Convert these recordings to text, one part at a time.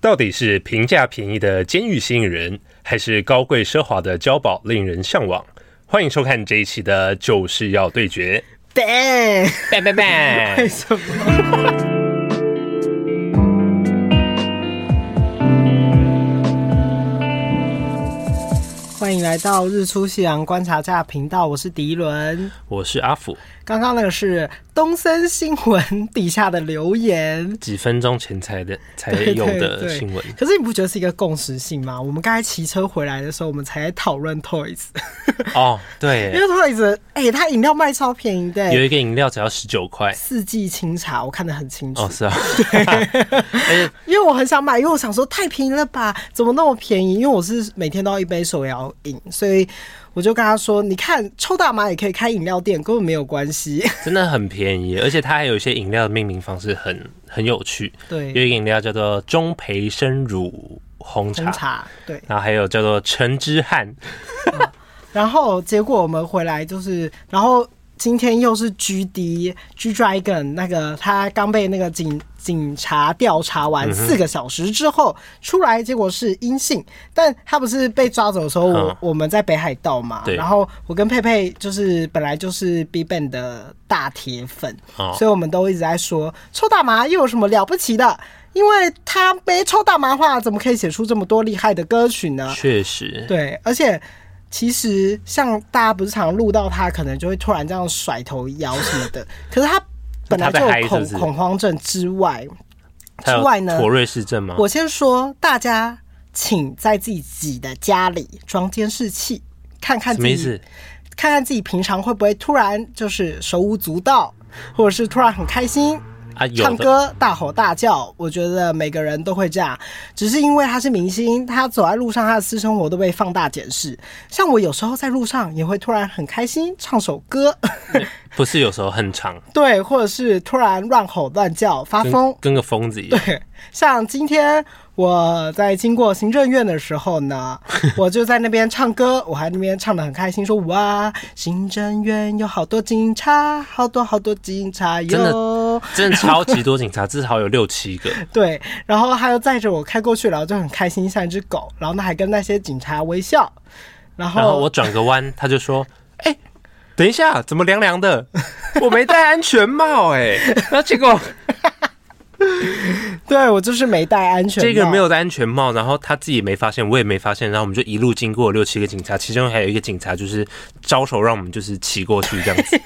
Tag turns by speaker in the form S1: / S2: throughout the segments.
S1: 到底是平价便宜的监狱吸引人，还是高贵奢华的碉堡令人向往？欢迎收看这一期的《就是要对决
S2: bang，》，
S1: 拜拜拜！
S2: 什么？欢迎来到日出夕阳观察站频道，我是迪伦。
S1: 我是阿福，
S2: 刚刚那个是东森新闻底下的留言，
S1: 几分钟前才的才
S2: 对
S1: 哎有的
S2: 对对
S1: 新闻，
S2: 可是你不觉得是一个共识性吗？我们刚才骑车回来的时候，我们才在讨论 Toys，
S1: 哦，
S2: 因为
S1: 对，
S2: Toys，哎、它饮料卖超便宜的、
S1: 有一个饮料只要十九块，
S2: 四季清茶，我看得很清楚。
S1: 哦， 是啊，
S2: 因为我很想买，因为我想说太便宜了吧，怎么那么便宜？因为我是每天都要一杯手摇饮，所以我就跟他说：“你看，抽大麻也可以开饮料店，根本没有关系。
S1: 真的很便宜，而且它还有一些饮料的命名方式很很有趣，”有
S2: 对，
S1: 一个饮料叫做中培生乳红茶，
S2: 红茶对。
S1: 然后还有叫做橙汁汉，
S2: 然后结果我们回来就是，然后今天又是 G D G Dragon 那个他刚被那个警警察调查
S1: 嗯
S2: 完四个小时之后、出来，结果是阴性。但他不是被抓走的时候，我、
S1: 嗯
S2: 我们在北海道嘛，
S1: 对
S2: 然后我跟佩佩就是本来就是 B i g Ban g 的大铁粉，
S1: 哦
S2: 所以我们都一直在说抽大麻又有什么了不起的。因为他没抽大麻的话，怎么可以写出这么多厉害的歌曲呢？
S1: 确实，
S2: 对，而且其实像大家不是常录到他，可能就会突然这样甩头摇什么的。可是 他本来就
S1: 他在嗨
S2: 有
S1: 是不
S2: 恐
S1: 是
S2: 恐慌症之外，
S1: 它有
S2: 之外呢
S1: 妥瑞氏症吗？
S2: 我先说大家，请在自己的家里装监视器，看看
S1: 什
S2: 自
S1: 么意
S2: 己
S1: 思？
S2: 看看自己平常会不会突然就是手舞足蹈，或者是突然很开心。
S1: 啊，有
S2: 唱
S1: 的
S2: 歌大吼大叫，我觉得每个人都会这样，只是因为他是明星，他走在路上，他的私生活都被放大检视。像我有时候在路上也会突然很开心，唱首歌，
S1: 不是有时候很长，
S2: 对，或者是突然乱吼乱叫发疯
S1: 跟。跟个疯子一样，
S2: 像今天我在经过行政院的时候 呢，我就在那边唱歌，我还那边唱的很开心，说哇，行政院有好多警察，好多好多警察
S1: 真的
S2: 哟。
S1: 真的超级多警察，至少有六七 个，
S2: 对，然后他又载着我开过去，然后就很开心，像一只狗，然后他还跟那些警察微笑，然后
S1: 然后我转个弯，他就说：“哎、等一下，怎么凉凉 的？我没戴安全帽、哎，然后结果
S2: 对我就是没戴安全帽，
S1: 这个人没有戴安全帽，然后他自己没发现，我也没发现，然后我们就一路经过六七个警察，其中还有一个警察就是招手让我们就是骑过去这样 子，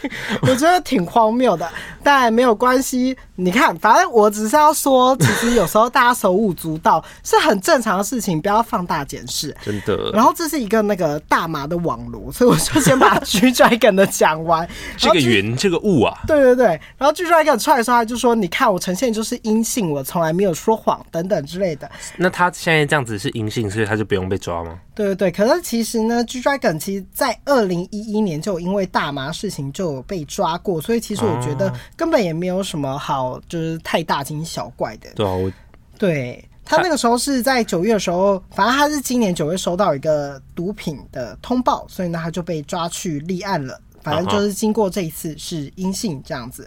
S2: 我觉得挺荒谬的，但没有关系。你看，反正我只是要说，其实有时候大家手舞足蹈是很正常的事情，不要放大检视。
S1: 真的
S2: 然后这是一个那个大麻的网罗，所以我就先把 G Dragon 的讲完。
S1: 这个云这个雾啊，
S2: 对对对，然后 G Dragon 出来的时候，他就说：“你看，我呈现就是阴性，我从来没有说谎等等之类的。”
S1: 那他现在这样子是阴性，所以他就不用被抓吗？
S2: 对对对，可是其实呢，G Dragon 其实在二零一一年就因为大麻事情就有被抓过，所以其实我觉得根本也没有什么好，就是太大惊小怪的。
S1: 对啊，我
S2: 对他那个时候是在九月的时候，反正他是今年九月收到一个毒品的通报，所以呢他就被抓去立案了。反正就是经过这一次是阴性这样子，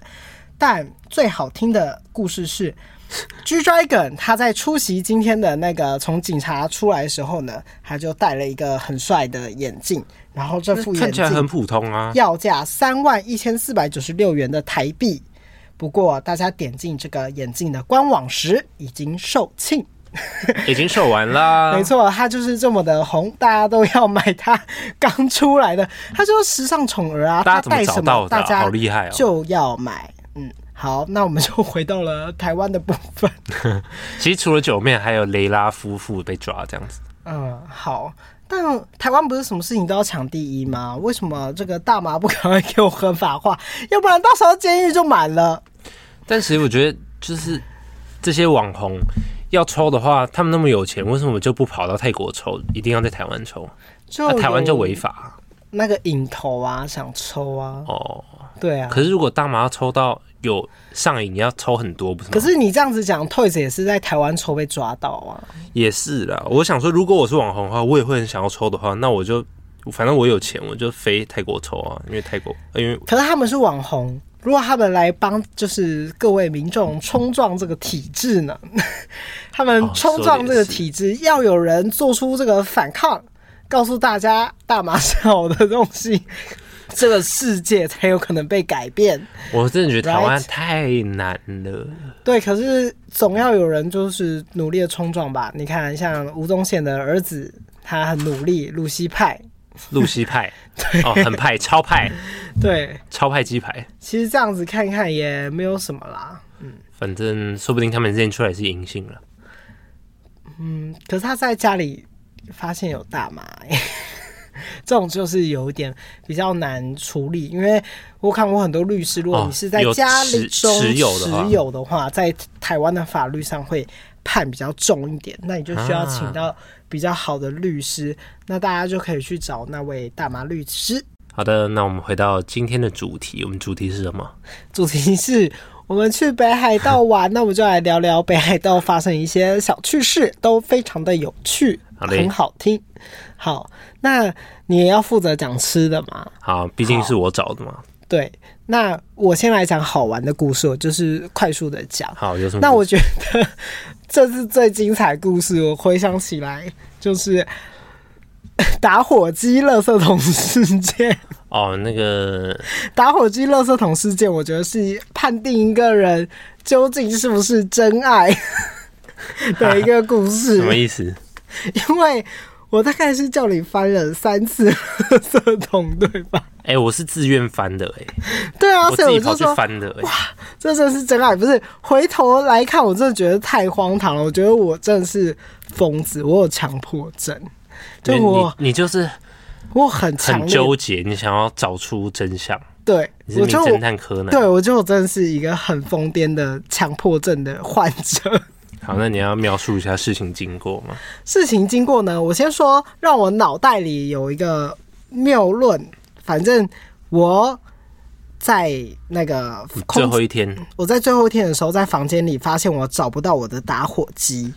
S2: 但最好听的故 事是，G Dragon 他在出席今天的那个从警察出来的时候呢，他就戴了一个很帅的眼镜，然后 这副眼
S1: 看起来很
S2: 镜
S1: 普通啊，
S2: 要价三万一千四百九十六元的台币。不过，大家点进这个眼镜的官网时，已经售罄。
S1: 已经售完啦，
S2: 没，错，它就是这么的红，大家都要买它。刚出来的，它就是时尚宠儿啊，
S1: 大家
S2: 它
S1: 怎么
S2: 带
S1: 找
S2: 什
S1: 到
S2: 么，
S1: 的啊
S2: 大家
S1: 好厉害哦
S2: 就要买。嗯，好，那我们就回到了台湾的部分。
S1: 其实除了九妹，还有雷拉夫妇被抓这样子。
S2: 嗯，好。但台湾不是什么事情都要抢第一吗？为什么这个大麻不赶快给我合法化？要不然到时候监狱就满了。
S1: 但其实我觉得，就是这些网红要抽的话，他们那么有钱，为什么就不跑到泰国抽，一定要在台湾抽？
S2: 就、
S1: 那、啊台湾就违法
S2: 那个瘾头啊，想抽啊，
S1: 哦。
S2: 对啊。
S1: 可是如果大麻要抽到有上瘾，要抽很多，不是吗？
S2: 可是你这样子讲，Toys 也是在台湾抽被抓到啊。
S1: 也是啦。我想说，如果我是网红的话，我也会很想要抽的话，那我就反正我有钱，我就飞泰国抽啊，因为泰国，呃因为
S2: 可是他们是网红，如果他们来帮，就是各位民众冲撞这个体制呢？
S1: 哦
S2: 他们冲撞这个体制，要有人做出这个反抗，告诉大家大麻是好的东西，这个世界才有可能被改变。
S1: 我真的觉得台湾
S2: Right
S1: 太难了。
S2: 对，可是总要有人就是努力的冲撞吧。你看，像吴宗宪的儿子，他很努力，露西派。
S1: 露西派哦，很派，超派，
S2: 对，
S1: 超派鸡排。
S2: 其实这样子看一看也没有什么啦。
S1: 反正说不定他们认出来是银杏了。
S2: 嗯，可是他在家里发现有大麻、 欸，这种就是有一点比较难处理，因为我看过很多律师，如果
S1: 哦
S2: 你是在
S1: 有
S2: 家
S1: 持
S2: 里中
S1: 持有的话
S2: 持有的话，在台湾的法律上会判比较重一点，那你就需要请
S1: 啊
S2: 到比较好的律师，那大家就可以去找那位大麻律师。
S1: 好的，那我们回到今天的主题，我们主题是什么？
S2: 主题是我们去北海道玩，那我们就来聊聊北海道发生一些小趣事，都非常的有趣，
S1: 好嘞
S2: 很好听。好，那你也要负责讲吃的嘛？
S1: 好，毕竟是我找的嘛。
S2: 对，那我先来讲好玩的故事，我就是快速的讲。
S1: 好，有什么？
S2: 那我觉得这是最精彩的故事，我回想起来就是 打火机垃圾桶事件。
S1: 哦，那个
S2: 打火机垃圾桶事件，我觉得是判定一个人究竟是不是真爱 的一个故事
S1: 什。么意思？
S2: 因为我大概是叫你翻了三次垃圾桶，对吧？
S1: 哎、我是自愿翻的、哎、
S2: 对啊，
S1: 我
S2: 所
S1: 自
S2: 以
S1: 己
S2: 我
S1: 跑
S2: 就
S1: 去
S2: 说
S1: 翻的、哎，
S2: 这真的是真爱，不是？回头来看，我真的觉得太荒唐了。我觉得我真的是疯子，我有强迫症，就
S1: 你
S2: 我
S1: 你你就是
S2: 我很强
S1: 很
S2: 烈
S1: 纠结，你想要找出真相，
S2: 对，
S1: 你是
S2: 我
S1: 名
S2: 就
S1: 侦探啊柯南。
S2: 对我就真的是一个很疯癫的强迫症的患者。
S1: 好，那你要描述一下事情经过吗？
S2: 事情经过呢，我先说，让我脑袋里有一个谬论。反正我在那个
S1: 最
S2: 空
S1: 后一天，
S2: 我在最后一天的时候，在房间里发现我找不到我的打火机，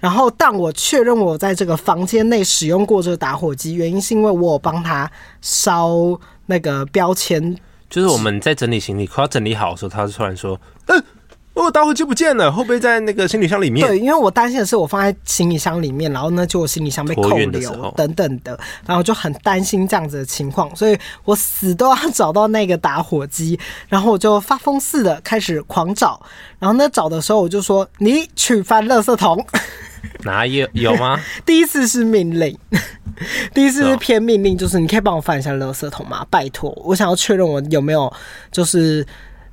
S2: 然后但我确认我在这个房间内使用过这个打火机，原因是因为我有帮他烧那个标签。
S1: 就是我们在整理行李，快要整理好的时候，他突然说：“嗯、我我打火机不见了，会不会在那个行李箱里面？”
S2: 对，因为我担心的是我放在行李箱里面，然后呢，就我行李箱被
S1: 托
S2: 扣
S1: 运的时
S2: 留
S1: 候
S2: 等等的，然后就很担心这样子的情况，所以我死都要找到那个打火机，然后我就发疯似的开始狂找，然后呢找的时候我就说你去翻垃圾桶，
S1: 哪有有吗？
S2: 第一次是命令， 第一次
S1: 是
S2: 是
S1: 哦
S2: 偏命令，就是你可以帮我翻一下垃圾桶吗？拜托，我想要确认我有没有就是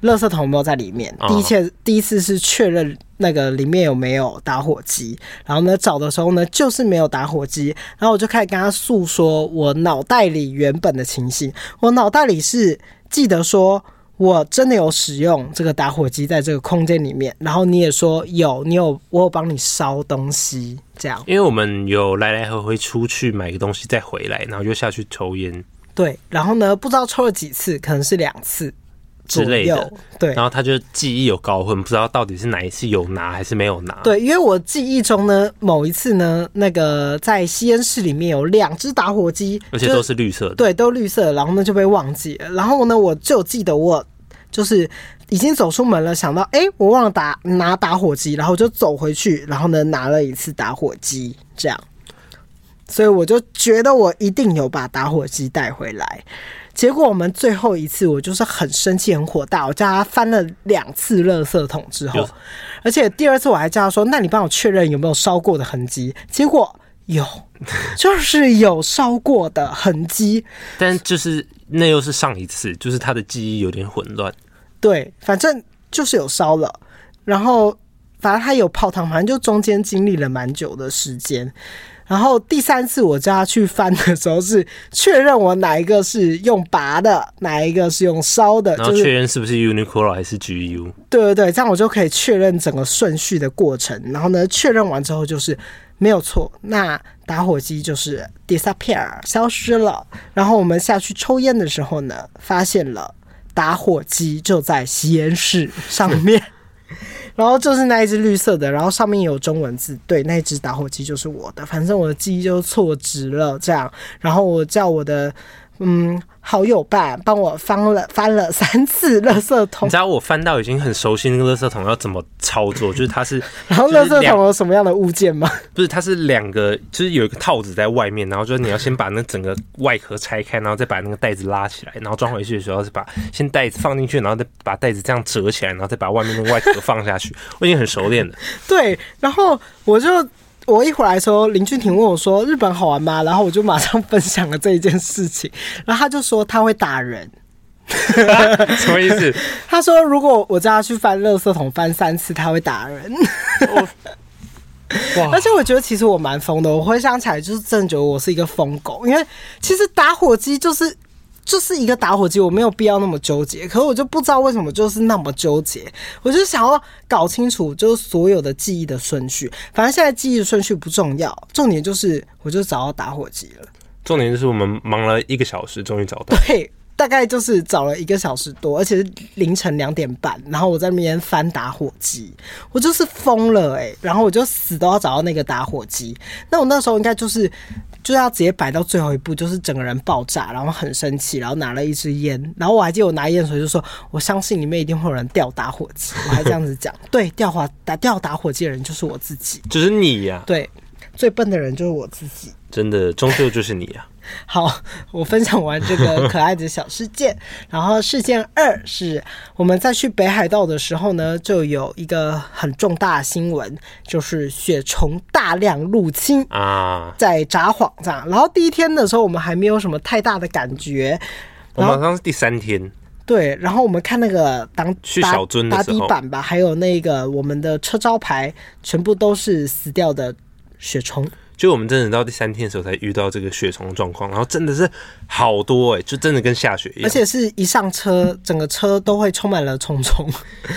S2: 垃圾桶有没有在里面。
S1: 哦
S2: 第一次第一次是确认那个里面有没有打火机，然后呢找的时候呢就是没有打火机，然后我就开始跟他诉说我脑袋里原本的情形，我脑袋里是记得说。我真的有使用这个打火机在这个空间里面，然后你也说有，你有我有帮你烧东西，这样。
S1: 因为我们有来来回回出去买个东西再回来，然后又下去抽烟，
S2: 对，然后呢，不知道抽了几次，可能是两次
S1: 之类
S2: 左
S1: 的
S2: 右对
S1: 然后他就记忆有高混，不知道到底是哪一次有拿还是没有拿。，
S2: 对，因为我记忆中呢，某一次呢，那个在吸烟室里面有两只打火机，
S1: 而且
S2: 就
S1: 都是绿色的。
S2: 对，都绿色，然后呢就被忘记了。然后呢，我就记得我就是已经走出门了，想到哎、诶我忘了打拿打火机，然后我就走回去，然后呢拿了一次打火机，这样。所以我就觉得我一定有把打火机带回来。结果我们最后一次，我就是很生气、很火大，我叫他翻了两次垃圾桶之后
S1: 有，
S2: 而且第二次我还叫他说：“那你帮我确认有没有烧过的痕迹？” 结果有，就是有烧过的痕迹。
S1: 但就是那又是上一次，就是他的记忆有点混乱。
S2: 呃对，反正就是有烧了，然后反正他有泡汤，反正就中间经历了蛮久的时间。然后第三次我叫他去翻的时候，是确认我哪一个是用拔的，哪一个是用烧的，
S1: 然后
S2: 就
S1: 确
S2: 是哦
S1: 认是不是 Uniqlo 还是 GU，
S2: 对对对，这样我就可以确认整个顺序的过程。然后呢，确认完之后就是没有错，那打火机就是 disappear 消失了。然后我们下去抽烟的时候呢，发现了打火机就在吸烟室上面。 然后就是那一只绿色的，然后上面有中文字。对，那一只打火机就是我的，反正我的记忆就错值了这样。然后我叫我的嗯，好友办帮我翻了翻了三次垃圾
S1: 你
S2: 桶，
S1: 知，道我翻到已经很熟悉那个垃圾桶要怎么操作，就是它是
S2: 然后
S1: 就
S2: 垃
S1: 是
S2: 圾
S1: 两
S2: 桶有什么样的物 件吗？
S1: 不是它是两个，就是有一个套子在外面，然后就是你要先把那整个外壳拆开，然后再把那个袋子拉起来，然后装回去的时候是把先袋子放进去，然后再把袋子这样折起来，然后再把外面那个外壳放下去。 我已经很熟练了，
S2: 对，然后我就我一回来的时候，林俊廷问我说：“日本好玩吗？”然后我就马上分享了这一件事情，然后他就说他会打人。
S1: 什么意思？
S2: 他说：“如果我叫他去翻垃圾桶翻三次，他会打人。
S1: 哇
S2: 而且我觉得其实我蛮疯的，我回想起来就是真的觉得我是一个疯狗，因为其实打火机就是就是一个打火机，我没有必要那么纠结。可是我就不知道为什么就是那么纠结，我就想要搞清楚就是所有的记忆的顺序。反正现在记忆的顺序不重要，重点就是我就找到打火机了。
S1: 重点 就是我们忙了一个小时，终于找到。
S2: 对，大概就是找了一个小时多，而且是凌晨两点半，然后我在那边翻打火机，我就是疯了哎、然后我就死都要找到那个打火机。那我那时候应该就是就要直接摆到最后一步，就是整个人爆炸，然后很生气，然后拿了一支烟，然后我还记得我拿烟的时候就说，我相信里面一定会有人掉打火机，我还这样子讲，对，掉火打掉打火机的人就是我自己，
S1: 就是你呀、
S2: 对，最笨的人就是我自己。
S1: 真的，终究就是你呀、
S2: 好， 我分享完 这个可爱的小事件，然后事件二是我们在去北海道的时候呢，就有一个很重大的新闻，就是雪虫大量入侵。
S1: 啊！
S2: 在札幌这样，然后第一天的时候我们还没有什么太大的感觉，
S1: 我马上是第三天，
S2: 对，然后我们看那个当
S1: 去
S2: 打
S1: 小樽的
S2: 打
S1: 时
S2: 底
S1: 候
S2: 板吧，还有那个我们的车招牌，全部都是死掉的雪虫，
S1: 就我们真的到第三天的时候才遇到这个雪虫状况，然后真的是好多哎、就真的跟下雪一样，
S2: 而且是一上车整个车都会充满了虫虫。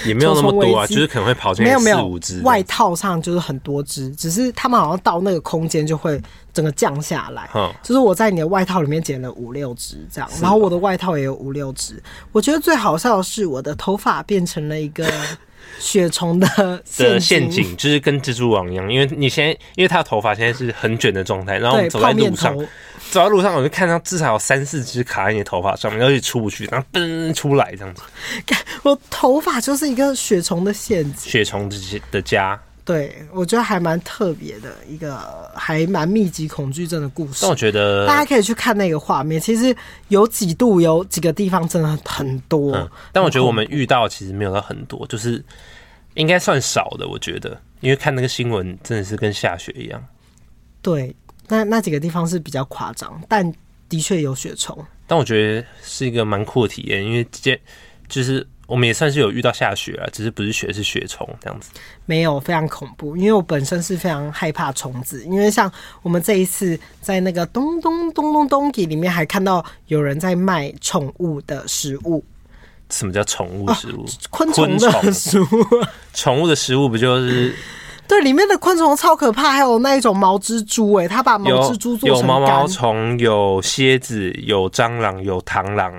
S1: 也没有那么多啊，
S2: 虫虫危机
S1: 就是可能会跑进
S2: 没
S1: 来
S2: 有没
S1: 四
S2: 有
S1: 五只，
S2: 外套上就是很多只，只是他们好像到那个空间就会整个降下来。
S1: 嗯
S2: 就是我在你的外套里面捡了五六只这样，然后我的外套也有五六只。我觉得最好笑的是我的头发变成了一 个雪虫的
S1: 的
S2: 陷
S1: 陷
S2: 阱。
S1: 阱，就是跟蜘蛛网一样，因为你现在因为它的头发现在是很卷的状态，然后我们
S2: 对，
S1: 走
S2: 泡
S1: 在
S2: 面
S1: 路上
S2: 头，，
S1: 走在路上我就看到至少有三四只卡在你的头发上面，然后就出不去，然后嘣出来这样子，
S2: 我头发就是一个雪虫的陷阱。
S1: 雪虫之间的家。
S2: 对，我觉得还蛮特别的一个，还蛮密集恐惧症的故事
S1: 但我。觉得
S2: 大家可以去看那个画面，其实有几度有几个地方真的很多，
S1: 嗯，但我觉得我们遇到其实没有到很多，就是应该算少的，我觉得，因为看那个新闻真的是跟下雪一样。
S2: 对，那那几个地方是比较夸张，但的确有雪虫。
S1: 但我觉得是一个蛮酷的体验，因为直接就是我们也算是有遇到下雪啊，只是不是雪是雪虫这样子。
S2: 没有非常恐怖，因为我本身是非常害怕虫子。因为像我们这一次在那个咚咚咚咚咚给里面还看到有人在卖宠物的食物，
S1: 什么叫宠物食物？
S2: 昆虫的食物。
S1: 宠物的食物不就是
S2: 对，里面的昆虫超可怕，还有那一种毛蜘蛛、欸，他把毛
S1: 有
S2: 蜘蛛做
S1: 有
S2: 成
S1: 毛毛
S2: 干，
S1: 虫、有蝎子、有蟑螂、有螳螂、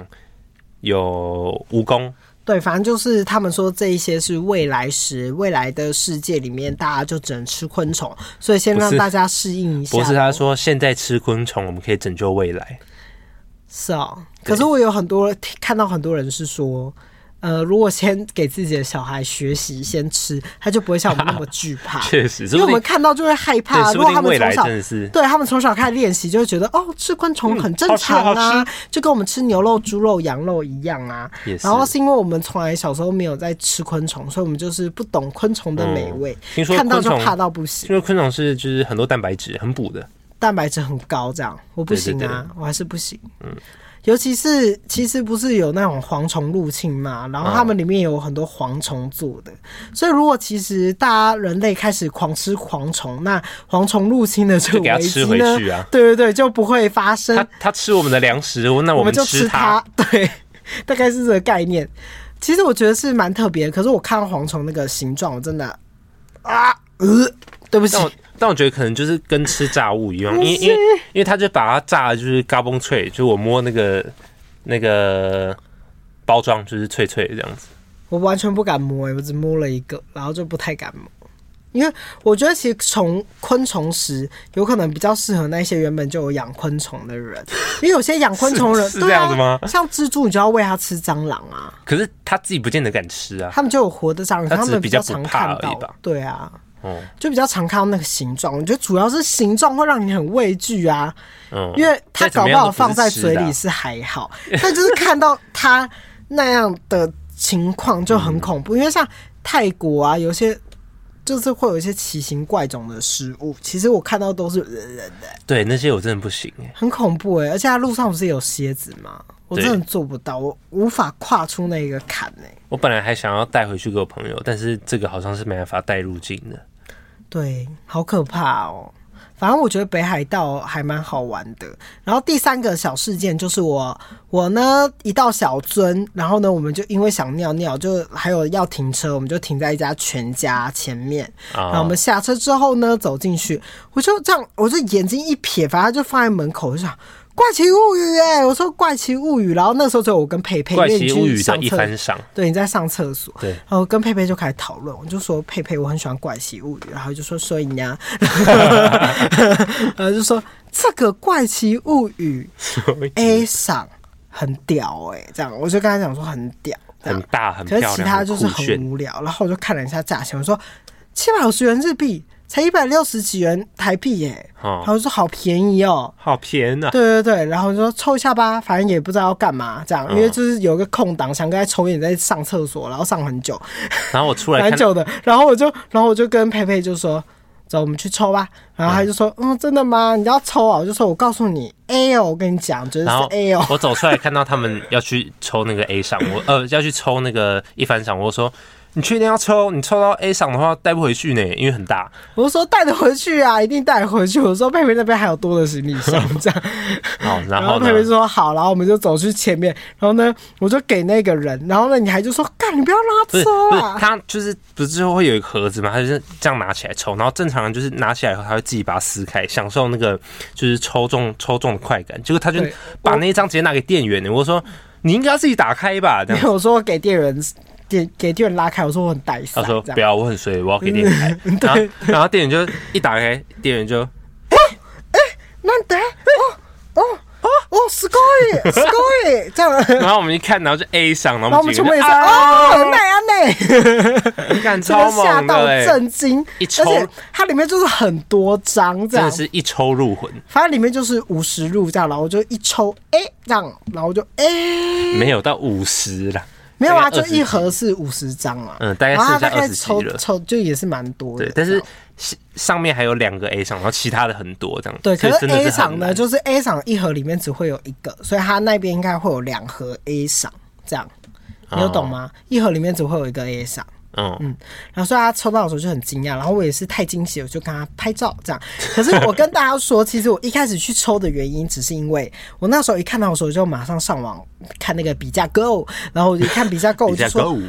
S1: 有蜈蚣，
S2: 对，反正就是他们说这一些是未来时，未来的世界里面大家就只能吃昆虫，所以先
S1: 不
S2: 让
S1: 是
S2: 大家适应一下。
S1: 博士他说现在吃昆虫，我们可以拯救未来。，
S2: 是哦，可是我有很多听看到很多人是说，呃，如果先给自己的小孩学习先吃，他就不会像我们那么惧 怕
S1: 确实，
S2: 啊因
S1: 说
S2: 为
S1: 不
S2: 我们
S1: 定
S2: 看到就会害
S1: 对，
S2: 怕。
S1: 说
S2: 如
S1: 不
S2: 果他
S1: 定
S2: 们
S1: 未
S2: 从
S1: 来
S2: 小
S1: 真的是嗯
S2: 对他们从小开始练习，就会觉得哦，吃昆虫很正常
S3: 好吃
S2: 啊，
S3: 好
S2: 就跟我们吃牛肉、猪肉、羊肉一样啊。
S1: 也嗯是
S2: 然。后是因为我们从来小时候没有在吃昆虫，所以我们就是不懂昆虫的美味，
S1: 嗯听说
S2: 看到
S1: 昆
S2: 就
S1: 虫，
S2: 怕到不行，
S1: 听说昆虫是就是很多蛋白质，很补的。
S2: 蛋白质很高，这样我不行啊，
S1: 对对对嗯
S2: 我还是不行。尤其是其实不是有那种蝗虫入侵嘛，然
S1: 啊
S2: 后它们里面有很多蝗虫做的，所以如果其实大家人类开始狂吃蝗虫，那蝗虫入侵的这
S1: 就
S2: 个
S1: 给它
S2: 危
S1: 吃
S2: 机
S1: 回
S2: 呢，
S1: 去啊
S2: 对对对，就不会发生。
S1: 它它吃我们的粮食，那
S2: 嗯我
S1: 我
S2: 们
S1: 们
S2: 就
S1: 吃
S2: 吃
S1: 它。
S2: 它，对， 大概是这个概念。其实我觉得是蛮特别的，可是我看到蝗虫那个形状，我真的啊，呃，对不起
S1: 但， 我但我觉得可能就是跟吃炸物一样，因为因为因为它就把它炸，就是嘎嘣脆，就是我摸那个那个包装就是脆脆这样子。
S2: 我完全不敢摸、我只摸了一个，然后就不太敢摸。因为我觉得其实虫昆虫食有可能比较适合那些原本就有养昆虫 的人，因为有些养昆虫人
S1: 是是
S2: 对
S1: 这样子吗
S2: 啊，像蜘蛛你就要喂它吃蟑螂啊，
S1: 可是他自己不见得敢吃啊。
S2: 他们就有活的蟑螂，
S1: 它只
S2: 他
S1: 是
S2: 们
S1: 比
S2: 较
S1: 较
S2: 常
S1: 不怕
S2: 看
S1: 而已
S2: 到
S1: 吧，
S2: 对啊，
S1: 哦，
S2: 就比较常看到那个形状。我觉得主要是形状会让你很畏惧啊，
S1: 嗯，
S2: 因为它
S1: 再怎么
S2: 搞不
S1: 样
S2: 好
S1: 都不
S2: 放在
S1: 是
S2: 嘴里
S1: 吃啊
S2: 是还好，但就是看到它那样的情况就很恐
S1: 嗯
S2: 怖。因为像泰国啊，有些就是会有一些奇形怪种的食物，其实我看到都是呃
S1: 的啊，对那些我真的不行哎。
S2: 很恐怖哎、而且它路上不是有蝎子吗？我
S1: 对
S2: 真的做不到，我无法跨出那个坎哎、
S1: 我本来还想要带回去给我朋友，但是这个好像是没办法带入境的。
S2: 对，好可怕哦。反正我觉得北海道还蛮好玩的。然后第三个小事件就是我，我呢一到小樽，然后呢我们就因为想尿尿，就还有要停车，我们就停在一家全家前面。
S1: 啊
S2: 然后我们下车之后呢，走进去，我就这样，我就眼睛一瞥，反正它就放在门口，我就想《怪奇物语、哎，我说《怪奇物语》，然后那时候只有我跟佩佩，
S1: 怪
S2: 因为你
S1: 奇
S2: 去
S1: 物语的
S2: 上
S1: 一
S2: 厕
S1: 番赏，
S2: 对，你在上厕所，
S1: 对
S2: 然后跟佩佩就开始讨论，我就说佩佩，我很喜欢《怪奇物语》，然后就说所以呢，然后就说这个《怪奇物语》A 赏很屌哎、这样我就跟他讲说很屌，这
S1: 很
S2: 样，
S1: 大很漂
S2: 可是
S1: 亮，
S2: 其他就是
S1: 很酷
S2: 很
S1: 炫
S2: 无聊，然后我就看了一下价钱，我说七百五十元日币才一百六十几元台币耶、然
S1: 哦，
S2: 后就说好便宜哦、
S1: 好便宜啊！
S2: 对对对，然后就说抽一下吧，反正也不知道要干嘛，这样，因为
S1: 嗯
S2: 就是有一个空档，想跟他抽烟，在上厕所，然后上很久，
S1: 然后我 出来
S2: 蛮
S1: 看，
S2: 久的。然后我就，然后我就跟佩佩就说，走，我们去抽吧。然后他就说，嗯，真的吗？你要抽啊？我就说，我告诉你，A 哦，我跟你讲，就是
S1: 然后
S2: A 哦。
S1: 我走出来看到他们要去抽那个 A 赏，我呃要去抽那个一番赏，我说你确定要抽？你抽到 A 赏的话带不回去呢，因为很大。
S2: 我就说带得回去啊，一定带得回去。我说佩佩那边还有多的行李箱，这样。
S1: 哦， 然
S2: 然
S1: 后
S2: 后
S1: 呢
S2: 佩佩？说好，然后我们就走去前面，然后呢，我就给那个人，然后呢，你还就说干，你不要
S1: 不
S2: 让他
S1: 是
S2: 抽
S1: 不是
S2: 啊，。
S1: 他就是不是最后会有一个盒子嘛？他就是这样拿起来抽，然后正常人就是拿起来以后他会自己把它撕开，享受那个就是抽中抽中的快感。结果他就
S2: 对
S1: 把那一张直接拿给店员，我说你应该要自己打开吧，这
S2: 没
S1: 样。
S2: 有我说我给店员给给店员拉开，我说我很带
S1: 他
S2: 伞，
S1: 说
S2: 这
S1: 不
S2: 样。
S1: 要，我很随，我要给店员 开。然后然后店员就一打开，店员就
S2: なんで？哦哦哦，すごいすごい，这样。然
S1: 然后我们一看，然后就 A 上，然后
S2: 后我
S1: 我们
S2: 们全
S1: 几
S2: 部
S1: 个
S2: 也
S1: 人啊
S2: 是
S1: 就
S2: 哦，奈安 奈，
S1: 啊，干
S2: 真的
S1: 超
S2: 吓
S1: 猛
S2: 到
S1: 的欸，
S2: 震惊，
S1: 一抽
S2: 而且它里面就是很多张这
S1: 真
S2: 样
S1: 的，是一抽入魂，
S2: 反正里面就是五十入这样，然后我就一抽，哎，这样，然后我就哎，
S1: 没有到五十啦，
S2: 没有
S1: 大
S2: 啊，
S1: 概
S2: 就
S1: 20
S2: 一盒是五十张啊，
S1: 嗯大概
S2: 然后
S1: 剩
S2: 它
S1: 下
S2: 大概
S1: 20集
S2: 抽
S1: 了
S2: 抽就也是蛮多的
S1: 对
S2: 这，样，
S1: 但是是上面还有两个 A 上，然后其他的很多这样，
S2: 对，
S1: 所
S2: 可
S1: 以
S2: 是
S1: 真的
S2: A
S1: 是很
S2: 赏呢，
S1: 难。
S2: 就是 A 赏一盒里面只会有一个，所以它那边应该会有两盒 A 赏这样，你有懂
S1: 哦
S2: 吗？一盒里面只会有一个 A 赏。
S1: 嗯，
S2: 然后所以他抽到的时候就很惊讶，然后我也是太惊喜，我就跟他拍照这样。可是我跟大家说，其实我一开始去抽的原因，只是因为 我那时候一看到的时候，我就马上上网看那个比价购，然后我一看比价购，我
S1: 比
S2: 就
S1: 较
S2: 说
S1: 高五，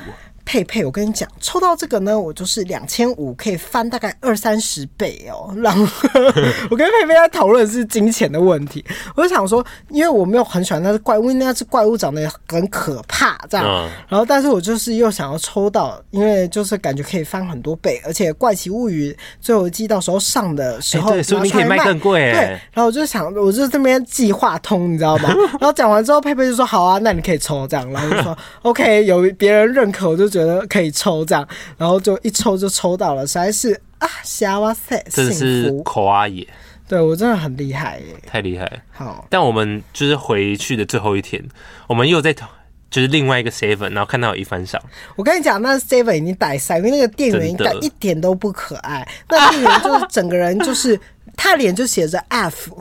S2: 佩佩，我跟你讲，抽到这个呢，我就是两千五可以翻大概二三十倍哦。然后 我跟佩佩在讨论的是金钱的问题，我就想说，因为我没有很喜欢那只怪物，因为那只怪物长得很可怕，这样。
S1: 嗯
S2: 然后，但是我就是又想要抽到，因为就是感觉可以翻很多倍，而且《怪奇物语》最后一季到时候上的时候
S1: 哎对
S2: 拿出
S1: 说
S2: 来，
S1: 不定可以卖更贵哎
S2: 对，然后我就想，我就这边计划通，你知道 吗？然后讲完之后，佩佩就说：“好啊，那你可以抽这样。”然后我就 说：“OK，有别人认可，我就觉得可以抽这样。”然后就一抽就抽到了，实在是啊，瞎哇塞，
S1: 真的
S2: 幸
S1: 是
S2: 福！
S1: 口啊也
S2: 对我真的很厉害耶。
S1: 太厉害了。
S2: 好，
S1: 但我们就是回去的最后一天，我们又在同就是另外一个 seven，然后看到有一番赏，
S2: 我跟你讲，那 Steven 已经逮塞，因为那个店员
S1: 真的
S2: 一点都不可爱，那店员就是整个人就是他脸就写着 F，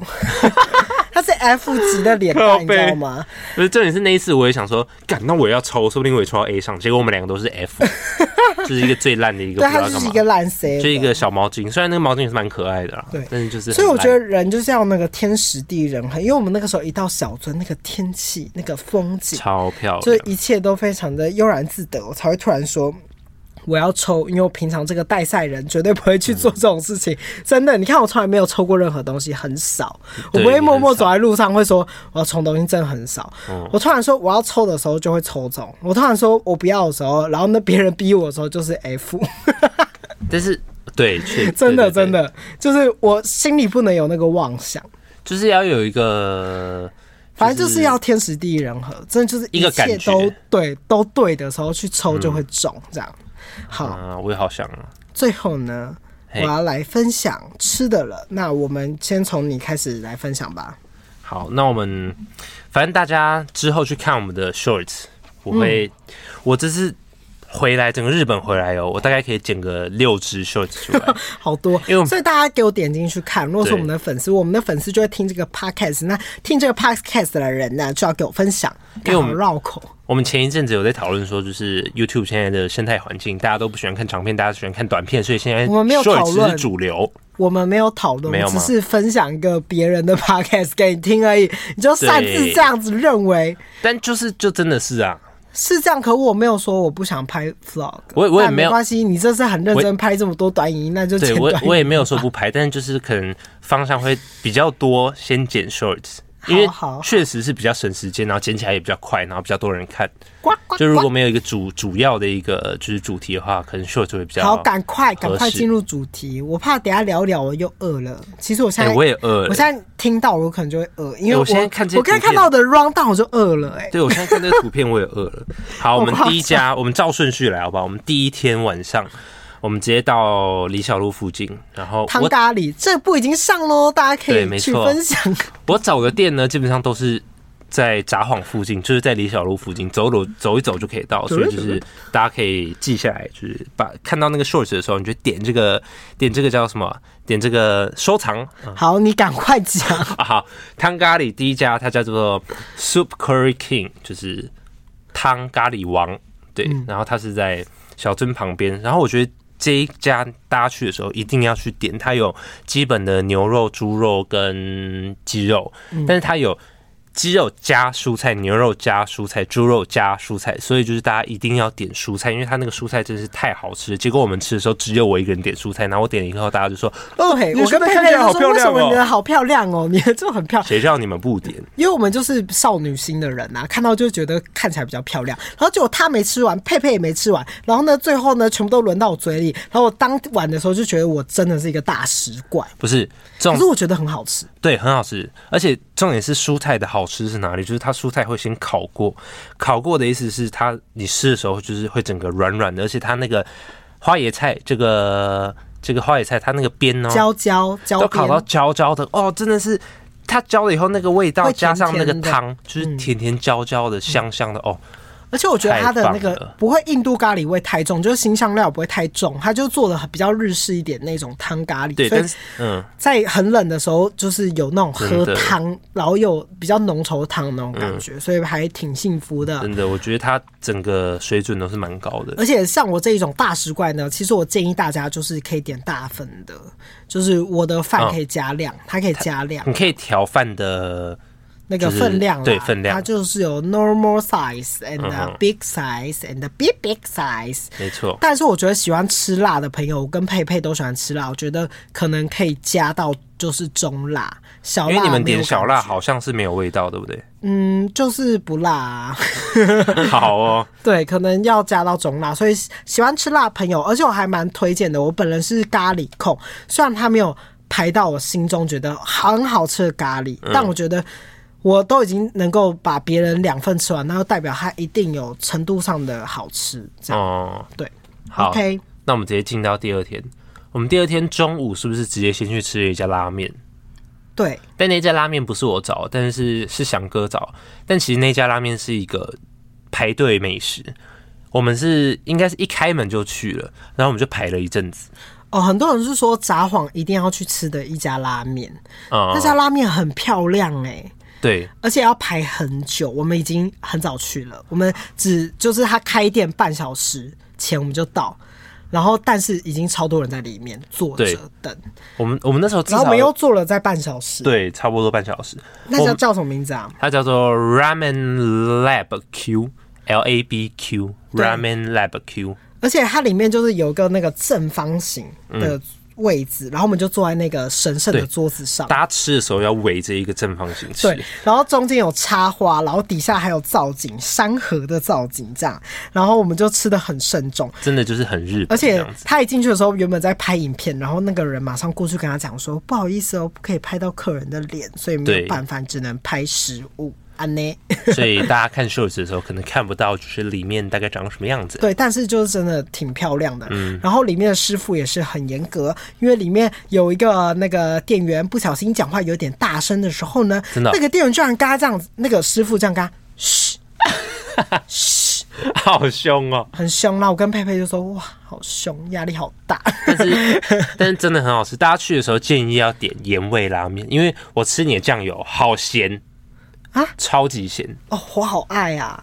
S2: 他是 F 级的脸蛋，你知道吗？
S1: 不是重点是那一次我也想说，干那我也要抽，说不定我也抽到 A 上，结果我们两个都是 F，就是一个最烂的一个，
S2: 对，
S1: 不知
S2: 他
S1: 道
S2: 就
S1: 干
S2: 是
S1: 嘛
S2: 一。个烂 C，
S1: 就一个小毛巾，虽然那个毛巾也是蛮可爱的啦，
S2: 对
S1: 但是就是很
S2: 所以我觉得
S1: 烂
S2: 人就是要那个天时地人和，因为我们那个时候一到小樽，那个天气、那个风景，
S1: 超漂
S2: 就是
S1: 亮，
S2: 一切都非常的悠然自得，我才会突然说。我要抽，因为我平常这个带赛人绝对不会去做这种事情，真的。你看我从来没有抽过任何东西，很少，我
S1: 嗯对
S2: 不会默默
S1: 很少
S2: 走在路上会说我要抽东西，真的很少。
S1: 嗯
S2: 我突然说我要抽的时候就会抽中，我突然说我不要的时候，然后那别人逼我的时候就是 F。
S1: 但是对，确
S2: 真的
S1: 对对对
S2: 真的，就是我心里不能有那个妄想，
S1: 就是要有一个，
S2: 反正就是要天时地利人和，真的就是
S1: 一个
S2: 一切
S1: 感觉
S2: 都对都对的时候去抽就会中这样。好，
S1: 啊，我也好想啊，
S2: 最后呢，我
S1: 嘿
S2: 要来分享吃的了。那我们先从你开始来分享吧。
S1: 好，那我们反正大家之后去看我们的 shorts，我会，
S2: 嗯
S1: 我这次回来整个日本回来哦，我大概可以剪个六支 shorts 出 来，
S2: 好多
S1: 因为我，们
S2: 所以大家给我点进去看。如果是
S1: 对
S2: 我们的粉丝，我们的粉丝就会听这个 podcast。那听这个 podcast 的人呢，就要给我分享，
S1: 因为我们
S2: 干好绕口。
S1: 我们前一阵子有在讨论说，就是 YouTube 现在的生态环境，大家都不喜欢看长片，大家喜欢看短片，所以现在
S2: 我们没有讨
S1: shorts
S2: 论
S1: 是主流。
S2: 我们没有讨论，
S1: 没有
S2: 我只
S1: 吗
S2: 是分享一个别人的 podcast 给你听而已。你就擅自
S1: 对
S2: 这样子认为
S1: 但就是就真的是啊，
S2: 是这样，可我没有说我不想拍 vlog，
S1: 我也我也
S2: 但
S1: 没有
S2: 关系。你这次很认真拍这么多短影音，那就
S1: 对
S2: 剪
S1: 我
S2: 短
S1: 我也没有说不拍，但是就是可能方向会比较多，先剪 shorts，因为
S2: 好好
S1: 确实是比较省时间，然后剪起来也比较快，然后比较多人看。
S2: 呱呱呱
S1: 就如果没有一个主主要的一个就是主题的话，可能 shorts 会比较
S2: 好，赶快赶快
S1: 合适
S2: 进入主题，我怕等一下聊聊我又饿了。其实我现
S1: 哎、
S2: 在、
S1: 我也饿了。
S2: 我现在听到我可能就会饿，因为
S1: 哎
S2: 我
S1: 我现在看这些
S2: 我刚才
S1: 图片
S2: 看到的 round down 我就饿了、哎，
S1: 对，我现在看这个图片，我也饿 了。好，我们
S2: 好
S1: 第一家，我们照顺序来，好不好？我们第一天晚上，我们直接到李小璐附近，然后
S2: 汤
S1: 我
S2: 咖喱这部已经上喽，大家可
S1: 对
S2: 以
S1: 没
S2: 去
S1: 错
S2: 分享。
S1: 我找的店呢，基本上都是在札幌附近，就是在李小璐附近走走走一走就可以到，所以就是大家可以记下来，就是把看到那个 shorts 的时候，你就点这个点这个叫什么？点这个收藏
S2: 好，你赶快 讲，
S1: 啊，好，汤咖喱第一家，它叫做 Soup Curry King，就是汤咖喱王。对，然后它是在小樽旁边。然后我觉得这一家大家去的时候一定要去点，它有基本的牛肉、猪肉跟鸡肉，但是它有。鸡肉加蔬菜，牛肉加蔬菜，猪肉加蔬菜，所以就是大家一定要点蔬菜，因为它那个蔬菜真是太好吃了。结果我们吃的时候只有我一个人点蔬菜，然后我点了以后，大家就说
S2: 对，我
S1: 你
S2: 跟
S1: 觉得
S2: 佩
S1: 看起
S2: 佩
S1: 来好
S2: 就
S1: 漂
S2: 说为什
S1: 亮
S2: 么你的
S1: 哦
S2: 好漂亮哦，你的就很漂：“亮，
S1: 谁叫你们不点？”
S2: 因为我们就是少女心的人呐、啊，看到就觉得看起来比较漂亮。然后结果她没吃完，佩佩也没吃完，然后呢，最后呢，全部都轮到我嘴里。然后我当晚的时候就觉得我真的是一个大食怪，嗯
S1: 不是这种
S2: 可是我觉得很好吃。
S1: 对，很好吃，而且重点是蔬菜的好吃是哪里？就是它蔬菜会先烤过，烤过的意思是它你吃的时候就是会整个软软的，而且它那个花椰菜这个这个花椰菜它那个边哦，
S2: 焦焦焦
S1: 都烤到
S2: 边，
S1: 焦焦的哦，真的是它焦了以后那个味道
S2: 会甜
S1: 加上那个
S2: 甜的嗯
S1: 汤，就是甜甜焦焦的、香香的哦，
S2: 而且我觉得它的那
S1: 太棒
S2: 个
S1: 了
S2: 不会印度咖喱味太重，就是新香料不会太重，它就做的比较日式一点那种汤咖喱。
S1: 对，
S2: 所以
S1: 但是嗯，
S2: 在很冷的时候，就是有那种喝
S1: 真的
S2: 汤，然后有比较浓稠的汤的那种感觉，所以还挺幸福的。
S1: 真的，我觉得它整个水准都是蛮高的。
S2: 而且像我这一种大食怪呢，其实我建议大家就是可以点大份的，就是我的饭
S1: 嗯
S2: 可以加量，它可以加量
S1: 你可以调饭的
S2: 那个
S1: 就是
S2: 分量啦，
S1: 对分量
S2: 它就是有 normal size and a
S1: 嗯
S2: big size and a big big size。
S1: 没错，
S2: 但是我觉得喜欢吃辣的朋友，我跟佩佩都喜欢吃辣，我觉得可能可以加到就是中辣、小辣。
S1: 因为你们点小辣，好像是没有味道，对不对？
S2: 嗯，就是不辣、啊。
S1: 好哦，
S2: 对，可能要加到中辣，所以喜喜欢吃辣的朋友，而且我还蛮推荐的。我本人是咖喱控，虽然它没有排到我心中觉得很好吃的咖喱，但我觉得我都已经能够把别人两份吃完，那就代表它一定有程度上的好吃。这样、
S1: 哦，
S2: 对
S1: 好
S2: ，OK，
S1: 那我们直接进到第二天。我们第二天中午是不是直接先去吃了一家拉面？
S2: 对，
S1: 但那家拉面不是我找，但是是翔哥找。但其实那家拉面是一个排队美食，我们是应该是一开门就去了，然后我们就排了一阵子。
S2: 哦，很多人是说札幌一定要去吃的一家拉面，
S1: 啊、
S2: 那家拉面很漂亮哎、
S1: 对，
S2: 而且要排很久，我们已经很早去了，我们只就是他开店半小时前我们就到，然后但是已经超多人在里面坐
S1: 对
S2: 着等，
S1: 我们我们那时候至
S2: 然后我
S1: 少
S2: 们又坐了在半小时，，
S1: 对差不多半小时。
S2: 那
S1: 我
S2: 叫
S1: 们
S2: 叫什么名字啊？
S1: 它叫做 Ramen Lab Q L A B Q
S2: 对呃
S1: Ramen Lab Q。
S2: 而且它里面就是有一个那个正方形的位子，然后我们就坐在那个神圣
S1: 嗯
S2: 的
S1: 对
S2: 桌子上。
S1: 大家吃的时候要围着一个正方形吃。
S2: 对，然后中间有插花，然后底下还有造景，山河的造景这样，然后我们就吃的很慎重，
S1: 真的就是很日
S2: 而
S1: 本这
S2: 且
S1: 样子。
S2: 他一进去的时候，原本在拍影片，然后那个人马上过去跟他讲说：“不好意思哦，不可以拍到客人的脸，所以没有
S1: 对
S2: 办法，只能拍食物。”安呢？
S1: 所以大家看秀子的时候，可能看不到就是里面大概长什么样 子。
S2: 对，但是就是真的挺漂亮的。
S1: 嗯
S2: 然后里面的师傅也是很严格，因为里面有一个那个店员不小心讲话有点大声的时候呢，
S1: 真的哦
S2: 那个店员居然跟他这样子，那个师傅这样跟他嘘，
S1: 好凶哦！
S2: 很凶。然后我跟佩佩就说：“哇，好凶，压力好大。
S1: 但是但是真的很好吃，大家去的时候建议要点盐味拉面，因为我吃你的酱油好咸
S2: 啊，
S1: 超级咸。”
S2: 哦，我好爱啊！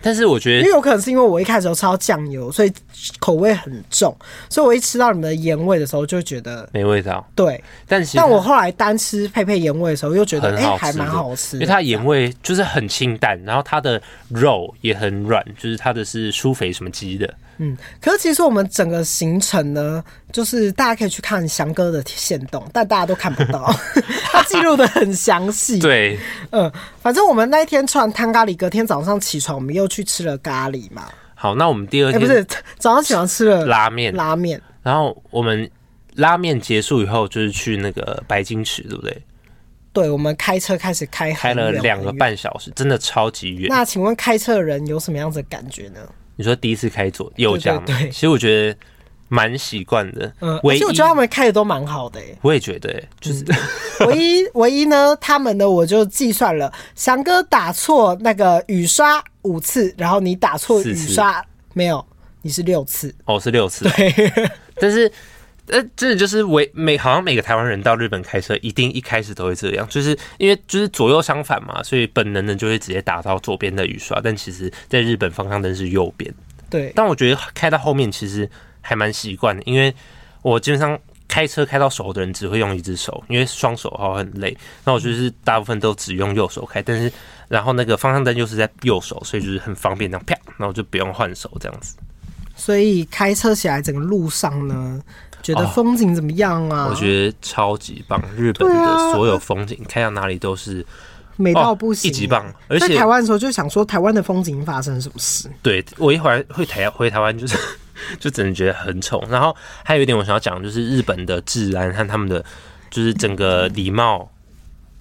S1: 但是我觉
S2: 因
S1: 得
S2: 为有可能是因为我一开始都吃到酱油，所以口味很重，所以我一吃到你们的盐味的时候，就会觉得
S1: 没味道，
S2: 对。
S1: 但其实
S2: 但我后来单吃佩佩盐味的时候，又觉得
S1: 很
S2: 哎、
S1: 好吃
S2: 还蛮好吃
S1: 因
S2: 的
S1: 为它盐味就是很清淡，然后它的肉也很软，就是它的是酥肥什么鸡的，
S2: 嗯，可是其实我们整个行程呢，就是大家可以去看翔哥的线动，但大家都看不到， 他记录的很详细。，
S1: 对，
S2: 嗯，反正我们那一天吃完汤咖喱，隔天早上起床，我们又去吃了咖喱嘛。
S1: 好，那我们第二
S2: 哎、
S1: 天、
S2: 不是，早上起床吃了
S1: 拉面，
S2: 拉面，
S1: 然后我们拉面结束以后就是去那个白金池，对不对？
S2: 对，我们开车开始开
S1: 开
S2: 很远
S1: 了
S2: 很远，
S1: 两个半小时，真的超级远。
S2: 那请问开车的人有什么样子的感觉呢？
S1: 你说第一次开左右驾吗？
S2: 对对对
S1: 其实我觉得蛮习惯的，
S2: 嗯，而
S1: 唯一，
S2: 且我觉得他们开的都蛮好的、欸
S1: 我也觉得、欸就是、
S2: 唯一 唯一呢，他们的我就计算了，翔哥打错那个雨刷五次，然后你打错雨刷没有，你是六次，
S1: 哦是六次哦，但是。呃，真的就是每每好像每个台湾人到日本开车，一定一开始都会这样，就是因为就是左右相反嘛，所以本能的就会直接打到左边的雨刷，但其实在日本方向灯是右边。
S2: 对，
S1: 但我觉得开到后面其实还蛮习惯的，因为我基本上开车开到手的人只会用一只手，因为双手的话会很累。那我就是大部分都只用右手开，但是然后那个方向灯又是在右手，所以就是很方便，这样啪，然后就不用换手这样子。
S2: 所以开车起来整个路上呢，觉得
S1: 哦
S2: 风景怎么样啊？
S1: 我觉得超级棒，日本
S2: 对啊
S1: 的所有风景开到哪里都是
S2: 美到不行、
S1: 哦一级棒而且
S2: 在台湾的时候就想说，台湾的风景发生什么事？
S1: 对我一会儿会台回台湾就是 就只能觉得很丑。然后还有一点我想要讲，就是日本的治安和他们的就是整个礼貌。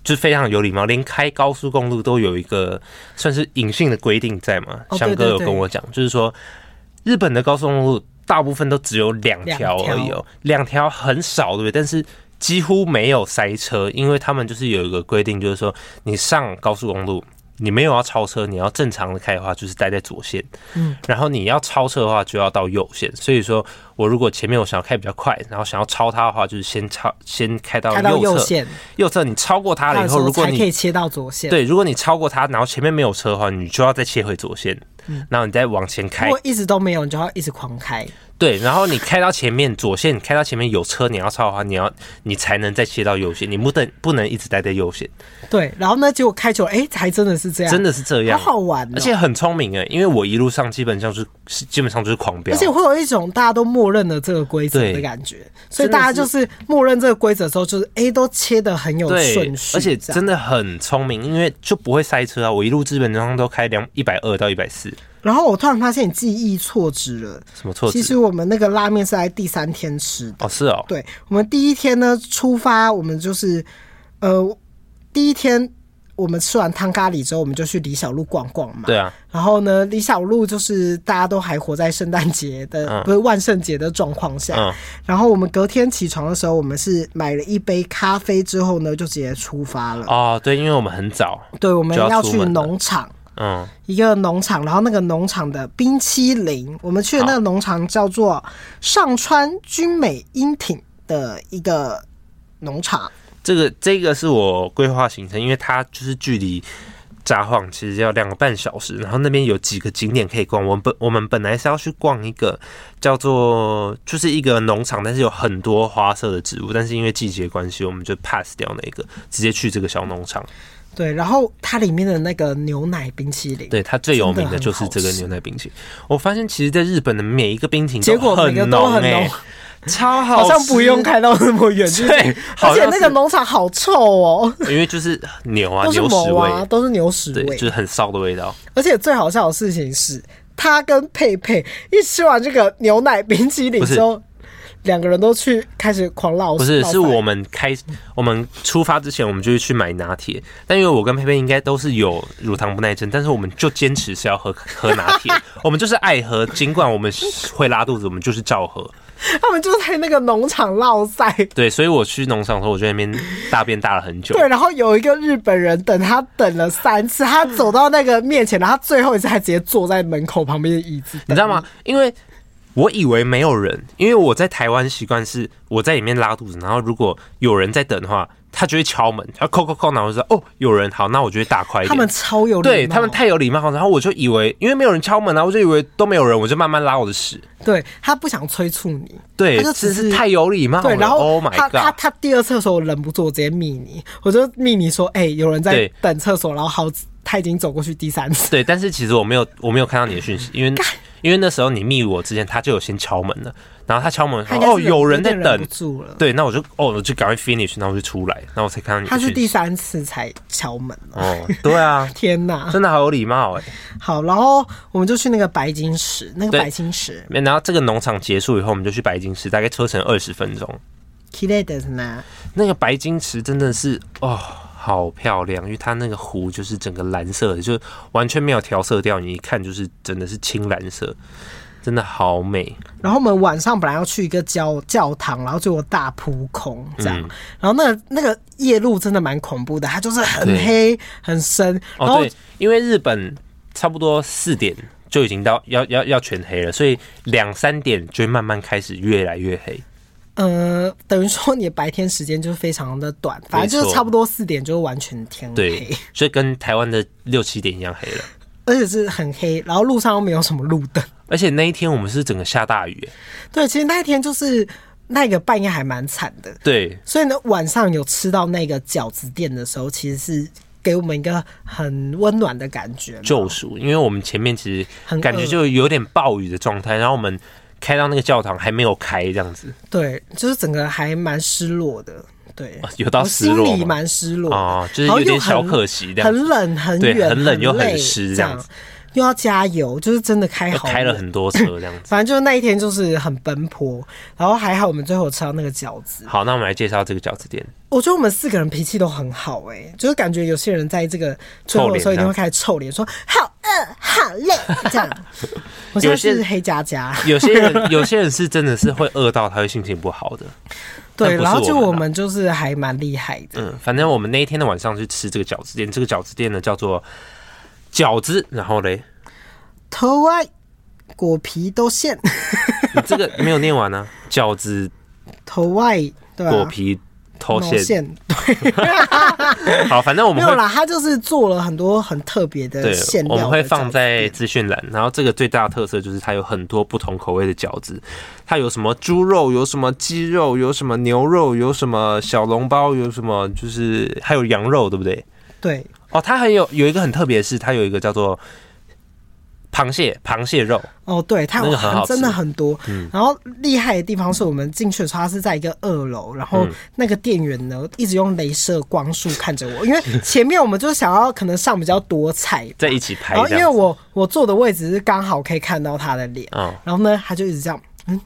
S1: 就是非常有礼貌，连开高速公路都有一个算是隐性的规定在嘛
S2: 哦。对
S1: 翔、哥
S2: 对
S1: 有
S2: 对
S1: 跟我讲，就是说日本的高速公路大部分都只有两条
S2: 两条
S1: 而已哦，两条很少，对不对？但是几乎没有塞车，因为他们就是有一个规定，就是说你上高速公路，你没有要超车，你要正常的开的话，就是待在左线，嗯，然后你要超车的话，就要到右线。所以说我如果前面我想要开比较快，然后想要超他的话，就是先超先开到
S2: 开到
S1: 哦右
S2: 右
S1: 侧，
S2: 线，
S1: 右侧你超过他
S2: 到
S1: 了以
S2: 时
S1: 后，
S2: 候
S1: 如果
S2: 才可
S1: 你
S2: 以切到左线。，
S1: 对，如果你超过他，然后前面没有车的话，你就要再切回左线，
S2: 嗯
S1: 然后你再往前开
S2: 如果，一直都没有，你就要一直狂开。
S1: 对，然后你开到前面左线，开到前面有车，你要超的话，你要你才能再切到右线，你不能不能一直待在右线，
S2: 对，然后呢，结果开久了，哎、还真的是这样，
S1: 真的是这样
S2: 好。好玩、哦，
S1: 而且很聪明哎，因为我一路上基本上是是基本上就是狂飙，
S2: 而且会有一种大家都默认了这个规则的感觉，所以大家就是默认这个规则的时候，就是 A 都切的很有
S1: 对
S2: 顺，序，
S1: 而且
S2: 这样
S1: 真的很聪明，因为就不会塞车啊。我一路基本上都开两一百二到一百四，
S2: 然后我突然发现你记忆错置了，
S1: 什么错
S2: 其
S1: 字？
S2: 实我们那个拉面是在第三天吃的，
S1: 哦，是哦，
S2: 对，我们第一天呢出发，我们就是呃第一天。我们吃完汤咖喱之后，我们就去李小璐逛逛嘛。
S1: 对啊，
S2: 然后呢，李小璐就是大家都还活在圣诞节的，
S1: 嗯
S2: 不是万圣节的状况下。
S1: 嗯
S2: 然后我们隔天起床的时候，我们是买了一杯咖啡之后呢，就直接出发了。
S1: 哦，对，因为我们很早，
S2: 对，我们
S1: 就要
S2: 要
S1: 出
S2: 去
S1: 门了
S2: 农场。
S1: 嗯，
S2: 一个农场，然后那个农场的冰淇淋，我们去的那个农场叫做上川君美樱町的一个农场。
S1: 这个这个是我规划行程，因为它就是距离札幌其实要两个半小时，然后那边有几个景点可以逛。我们本我们本来是要去逛一个叫做就是一个农场，但是有很多花色的植物，但是因为季节关系，我们就 pass 掉那个，直接去这个小农场。
S2: 对，然后它里面的那个牛奶冰淇淋，
S1: 对，它最有名的
S2: 真的很
S1: 就
S2: 好
S1: 是这个
S2: 吃
S1: 牛奶冰淇淋。我发现其实在日本的每一个冰淇淋
S2: 结果每个
S1: 很
S2: 都
S1: 浓
S2: 很
S1: 哎、
S2: 浓
S1: 超好
S2: 好像不用开到那么远，就是
S1: 对，
S2: 而
S1: 好
S2: 且
S1: 像
S2: 那个农场好臭哦，
S1: 是因为就是牛啊
S2: 都是
S1: 牛屎
S2: 毛
S1: 味，
S2: 啊，都是牛屎
S1: 对，
S2: 味
S1: 就。是很骚的味道。
S2: 而且最好笑的事情是，他跟佩佩一吃完这个牛奶冰淇淋之后，两个人都去开始狂唠。
S1: 不是，
S2: 闹
S1: 是
S2: 翻
S1: 我们开我们出发之前，我们就去买拿铁。但因为我跟佩佩应该都是有乳糖不耐症，但是我们就坚持是要喝 喝拿铁，我们就是爱喝，尽管我们会拉肚子，我们就是照喝。
S2: 他们就在那个农场唠赛。
S1: 对，所以我去农场的时候，我就在那边大便大了很久。
S2: 对，然后有一个日本人等他等了三次，他走到那个面前，然后他最后一次还直接坐在门口旁边的椅子，
S1: 你知道？吗？因为我以为没有人，因为我在台湾习惯是我在里面拉肚子，然后如果有人在等的话，他就会敲门，然后扣扣扣，然后我就说哦有人，好，那我就会大块一
S2: 他
S1: 点。
S2: 们超有礼貌，
S1: 对他们太有礼貌，然后我就以为因为没有人敲门啊，我就以为都没有人，我就慢慢拉我的屎。
S2: 对他不想催促你，
S1: 对，
S2: 他就
S1: 真
S2: 只
S1: 是太有礼貌了。
S2: 对，然后
S1: Oh my
S2: 他他
S1: god！
S2: 他第二次的时候，我忍不住我直接密你，我就密你说，哎、有人在
S1: 对
S2: 等厕所，然后好，他已经走过去第三次，
S1: 对，但是其实我没有我没有看到你的讯息，因为因为那时候你密我之前，他就有先敲门了，然后他敲门
S2: 他应该是
S1: 哦有人在
S2: 点忍
S1: 等
S2: 不，住了，
S1: 对，那我就哦我就赶快 finish，然后我就出来，然后我才看到你
S2: 他
S1: 的
S2: 是
S1: 讯
S2: 第
S1: 息。
S2: 三次才敲门了，
S1: 哦，对啊，
S2: 天哪！
S1: 真的好有礼貌哎。
S2: 好，然后我们就去那个白金石，那个
S1: 对
S2: 白金石
S1: 然后这个农场结束以后，我们就去白金市，大概车程二十分钟。
S2: k i l e d 呢？
S1: 那个白金池真的是哦，好漂亮，因为它那个湖就是整个蓝色的，就完全没有调色调，你一看就是真的是青蓝色，真的好美。
S2: 然后我们晚上本来要去一个教教堂，然后结果大扑空这样。
S1: 嗯
S2: 然后那个那个夜路真的蛮恐怖的，它就是很
S1: 对
S2: 黑很深，
S1: 哦，
S2: 然后
S1: 对，因为日本差不多四点就已经到要要要全黑了，所以两三点就会慢慢开始越来越黑。
S2: 呃，等于说你的白天时间就是非常的短，反正就是差不多四点就完全天
S1: 对
S2: 黑，，
S1: 所以跟台湾的六七点一样黑了。
S2: 而且是很黑，然后路上又没有什么路灯。
S1: 而且那一天我们是整个下大雨，
S2: 对，其实那一天就是那个半夜还蛮惨的，
S1: 对，
S2: 所以呢，晚上有吃到那个饺子店的时候，其实是给我们一个很温暖的感觉嘛。
S1: 救赎，因为我们前面其
S2: 嗯很
S1: 实感觉
S2: 饿
S1: 就有点暴雨的状态，然后我们开到那个教堂还没有开这样子，
S2: 对，就是整个还蛮失落的。对
S1: 啊，有到
S2: 我
S1: 失
S2: 心
S1: 落吗
S2: 里蛮失落的
S1: 哦就是
S2: 然后
S1: 有点
S2: 又很
S1: 小可惜这样
S2: 很冷，很
S1: 对
S2: 远，
S1: 很冷又很
S2: 累
S1: 湿
S2: 这
S1: 这样
S2: 样
S1: 子，
S2: 又要加油，就是真的开
S1: 又
S2: 哎好
S1: 开了
S2: 远
S1: 很多车这样子。
S2: 反正就是那一天就是很奔波，然后还好我们最后有吃到那个饺子。
S1: 好，那我们来介绍这个饺子店。
S2: 我觉得我们四个人脾气都很好哎、就是感觉有些人在这个最后的
S1: 啊
S2: 时候一定会开始臭脸，说好饿好累这样。 我现在是黑佳佳，
S1: 有些 人，有些人是真的是会饿到他会心情不好的。
S2: 对，
S1: 但不是
S2: 然后就
S1: 我们啊
S2: 我们就是还蛮厉害的，
S1: 嗯，反正我们那一天的晚上去吃这个饺子店，这个饺子店呢叫做饺子，然后嘞，
S2: 头啊果皮都现，
S1: 你这个没有念完呢、饺子
S2: 头外对吧、
S1: 果皮头
S2: 脑
S1: 馅。
S2: 线对，
S1: 好，反正我
S2: 没
S1: 们
S2: 有
S1: 会
S2: 啦，他就是做了很多很特别的
S1: 对
S2: 馅，料
S1: 我
S2: 的饺子，
S1: 们会放在资讯栏。然后这个最大的特色就是它有很多不同口味的饺子，它有什么猪肉，有什么鸡肉，有什么牛肉，有什么小笼包，有什么就是还有羊肉，对不对？
S2: 对
S1: 哦，它还有有一个很特别的是，它有一个叫做螃蟹螃蟹肉，
S2: 哦，对，它
S1: 那
S2: 有
S1: 个很好吃嗯
S2: 真的很多。然后厉害的地方是我们进去的时候，它是在一个二楼，然
S1: 嗯
S2: 后那个店员呢一直用镭射光束看着我，因为前面我们就想要可能上比较多菜，
S1: 在一起拍
S2: 然后
S1: 这
S2: 哦因为
S1: 样子。
S2: 我我坐的位置是刚好可以看到他的脸，
S1: 哦
S2: 然后呢他就一直这样，嗯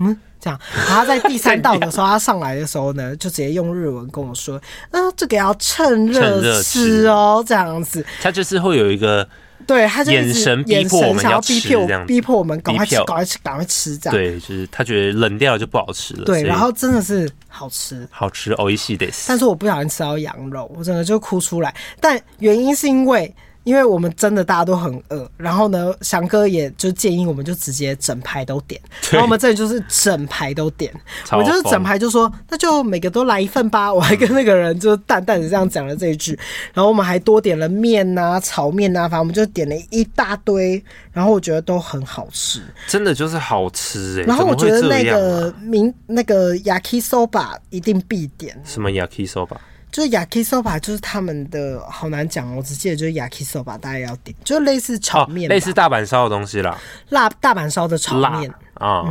S2: 嗯这样，然后他在第三道的时候，他上来的时候呢，就直接用日文跟我说，嗯、这个要趁
S1: 趁
S2: 热
S1: 热
S2: 吃
S1: 吃
S2: 哦，这样子，
S1: 它就是会有一个
S2: 对，他就一直
S1: 眼神逼
S2: 眼
S1: 迫我
S2: 神
S1: 们
S2: 想
S1: 要
S2: 逼
S1: 吃
S2: 迫
S1: 这样子
S2: 逼迫我们赶快
S1: 逼
S2: 吃，
S1: 迫
S2: 赶快吃，赶快吃这样。
S1: 对，就是他觉得冷掉了就不好吃了。
S2: 对，
S1: 所以
S2: 啊然后真的是好吃，
S1: 好吃哦，一系得死
S2: 但。是我不小心吃到羊肉，我真的就哭出来。但原因是因为。因为我们真的大家都很饿，然后呢，翔哥也就建议我们就直接整排都点，然后我们这里就是整排都点，
S1: 超
S2: 我就是
S1: 疯
S2: 整排就说那就每个都来一份 吧，我还跟那个人就淡淡的这样讲了这一句，然后我们还多点了面呐、炒面呐、反正我们就点了一大堆，然后我觉得都很好吃，
S1: 真的就是好吃哎、
S2: 然后
S1: 怎
S2: 我
S1: 么会
S2: 觉得
S1: 这
S2: 那
S1: 样啊
S2: 个明那个 yakisoba 一定必点，
S1: 什么 yakisoba，
S2: 就是 yakisoba 就是他们的好难讲哦，我只记得就是
S1: 哦
S2: yakisoba 大家要点，就类似炒面吧、哦
S1: 类似大阪烧的东西啦。
S2: 辣大阪烧的炒面嗯
S1: 辣，啊，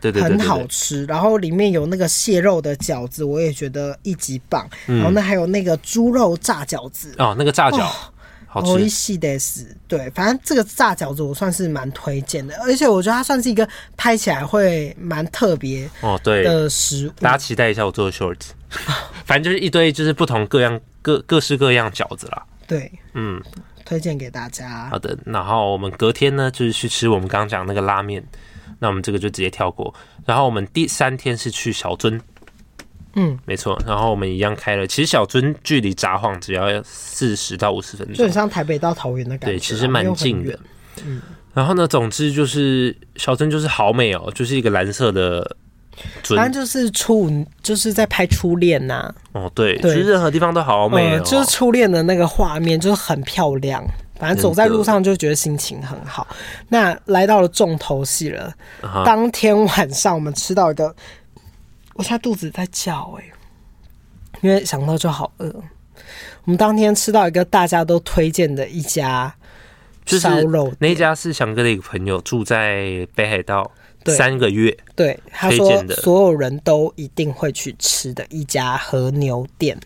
S1: 对对对对
S2: 很
S1: 对
S2: 好吃，然后里面有那个蟹肉的饺子，我也觉得一级棒。
S1: 嗯
S2: 然后那还有那个猪肉炸饺子，
S1: 啊，那个炸饺、好
S2: 哦，一
S1: 吃，
S2: 系的是，对，反正这个炸饺子我算是蛮推荐的，而且我觉得它算是一个拍起来会蛮特别
S1: 哦对，
S2: 的食物。
S1: 大家期待一下我做的 shorts，反正就是一堆就是不同各样各各式各样饺子啦。
S2: 对，
S1: 嗯，
S2: 推荐给大家
S1: 好。的。然后我们隔天呢，就是去吃我们刚刚讲那个拉面，那我们这个就直接跳过。然后我们第三天是去小樽，
S2: 嗯，
S1: 没错。然后我们一样开了，其实小樽距离札幌只要四十到五十分
S2: 就
S1: 钟
S2: 很，像台北到桃园的感觉啊，
S1: 对，其实
S2: 没
S1: 蛮
S2: 有很
S1: 近
S2: 远嗯
S1: 的。。然后呢，总之就是小樽就是好美哦，就是一个蓝色的
S2: 反
S1: 樽
S2: 正就是初五，就是在拍初恋呐、
S1: 哦，对，就
S2: 对
S1: 是任何地方都好美哦，
S2: 嗯，就是初恋的那个画面就是很漂亮。反正走在路上就觉得心情很好。那来到了重头戏了，
S1: 啊哈
S2: 当天晚上我们吃到一个，我现在肚子在叫哎、因为想到就好饿。我们当天吃到一个大家都推荐的一家
S1: 就是
S2: 烧肉
S1: 那一
S2: 店
S1: 家是翔哥的一个朋友，住在北海道
S2: 对
S1: 三个月，
S2: 对，他
S1: 推
S2: 说
S1: 荐的
S2: 所有人都一定会去吃的一家和牛店。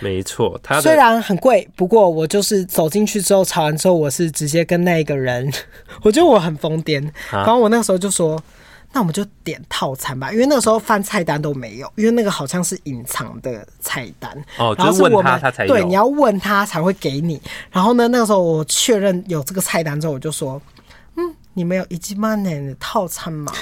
S1: 没错。他
S2: 虽
S1: 的
S2: 然很贵，不过我就是走进去之后吵完之后，我是直接跟那一个人， 我觉得我很疯癫。
S1: 啊
S2: 然后我那个时候就说，那我们就点套餐吧，因为那个时候翻菜单都没有，因为那个好像是隐藏的菜单。
S1: 哦
S2: 然后
S1: 就是问
S2: 我们
S1: 他他才有
S2: 对，你要问他才会给你。然后呢，那个时候我确认有这个菜单之后，我就说，嗯，你们有一季曼的套餐吗？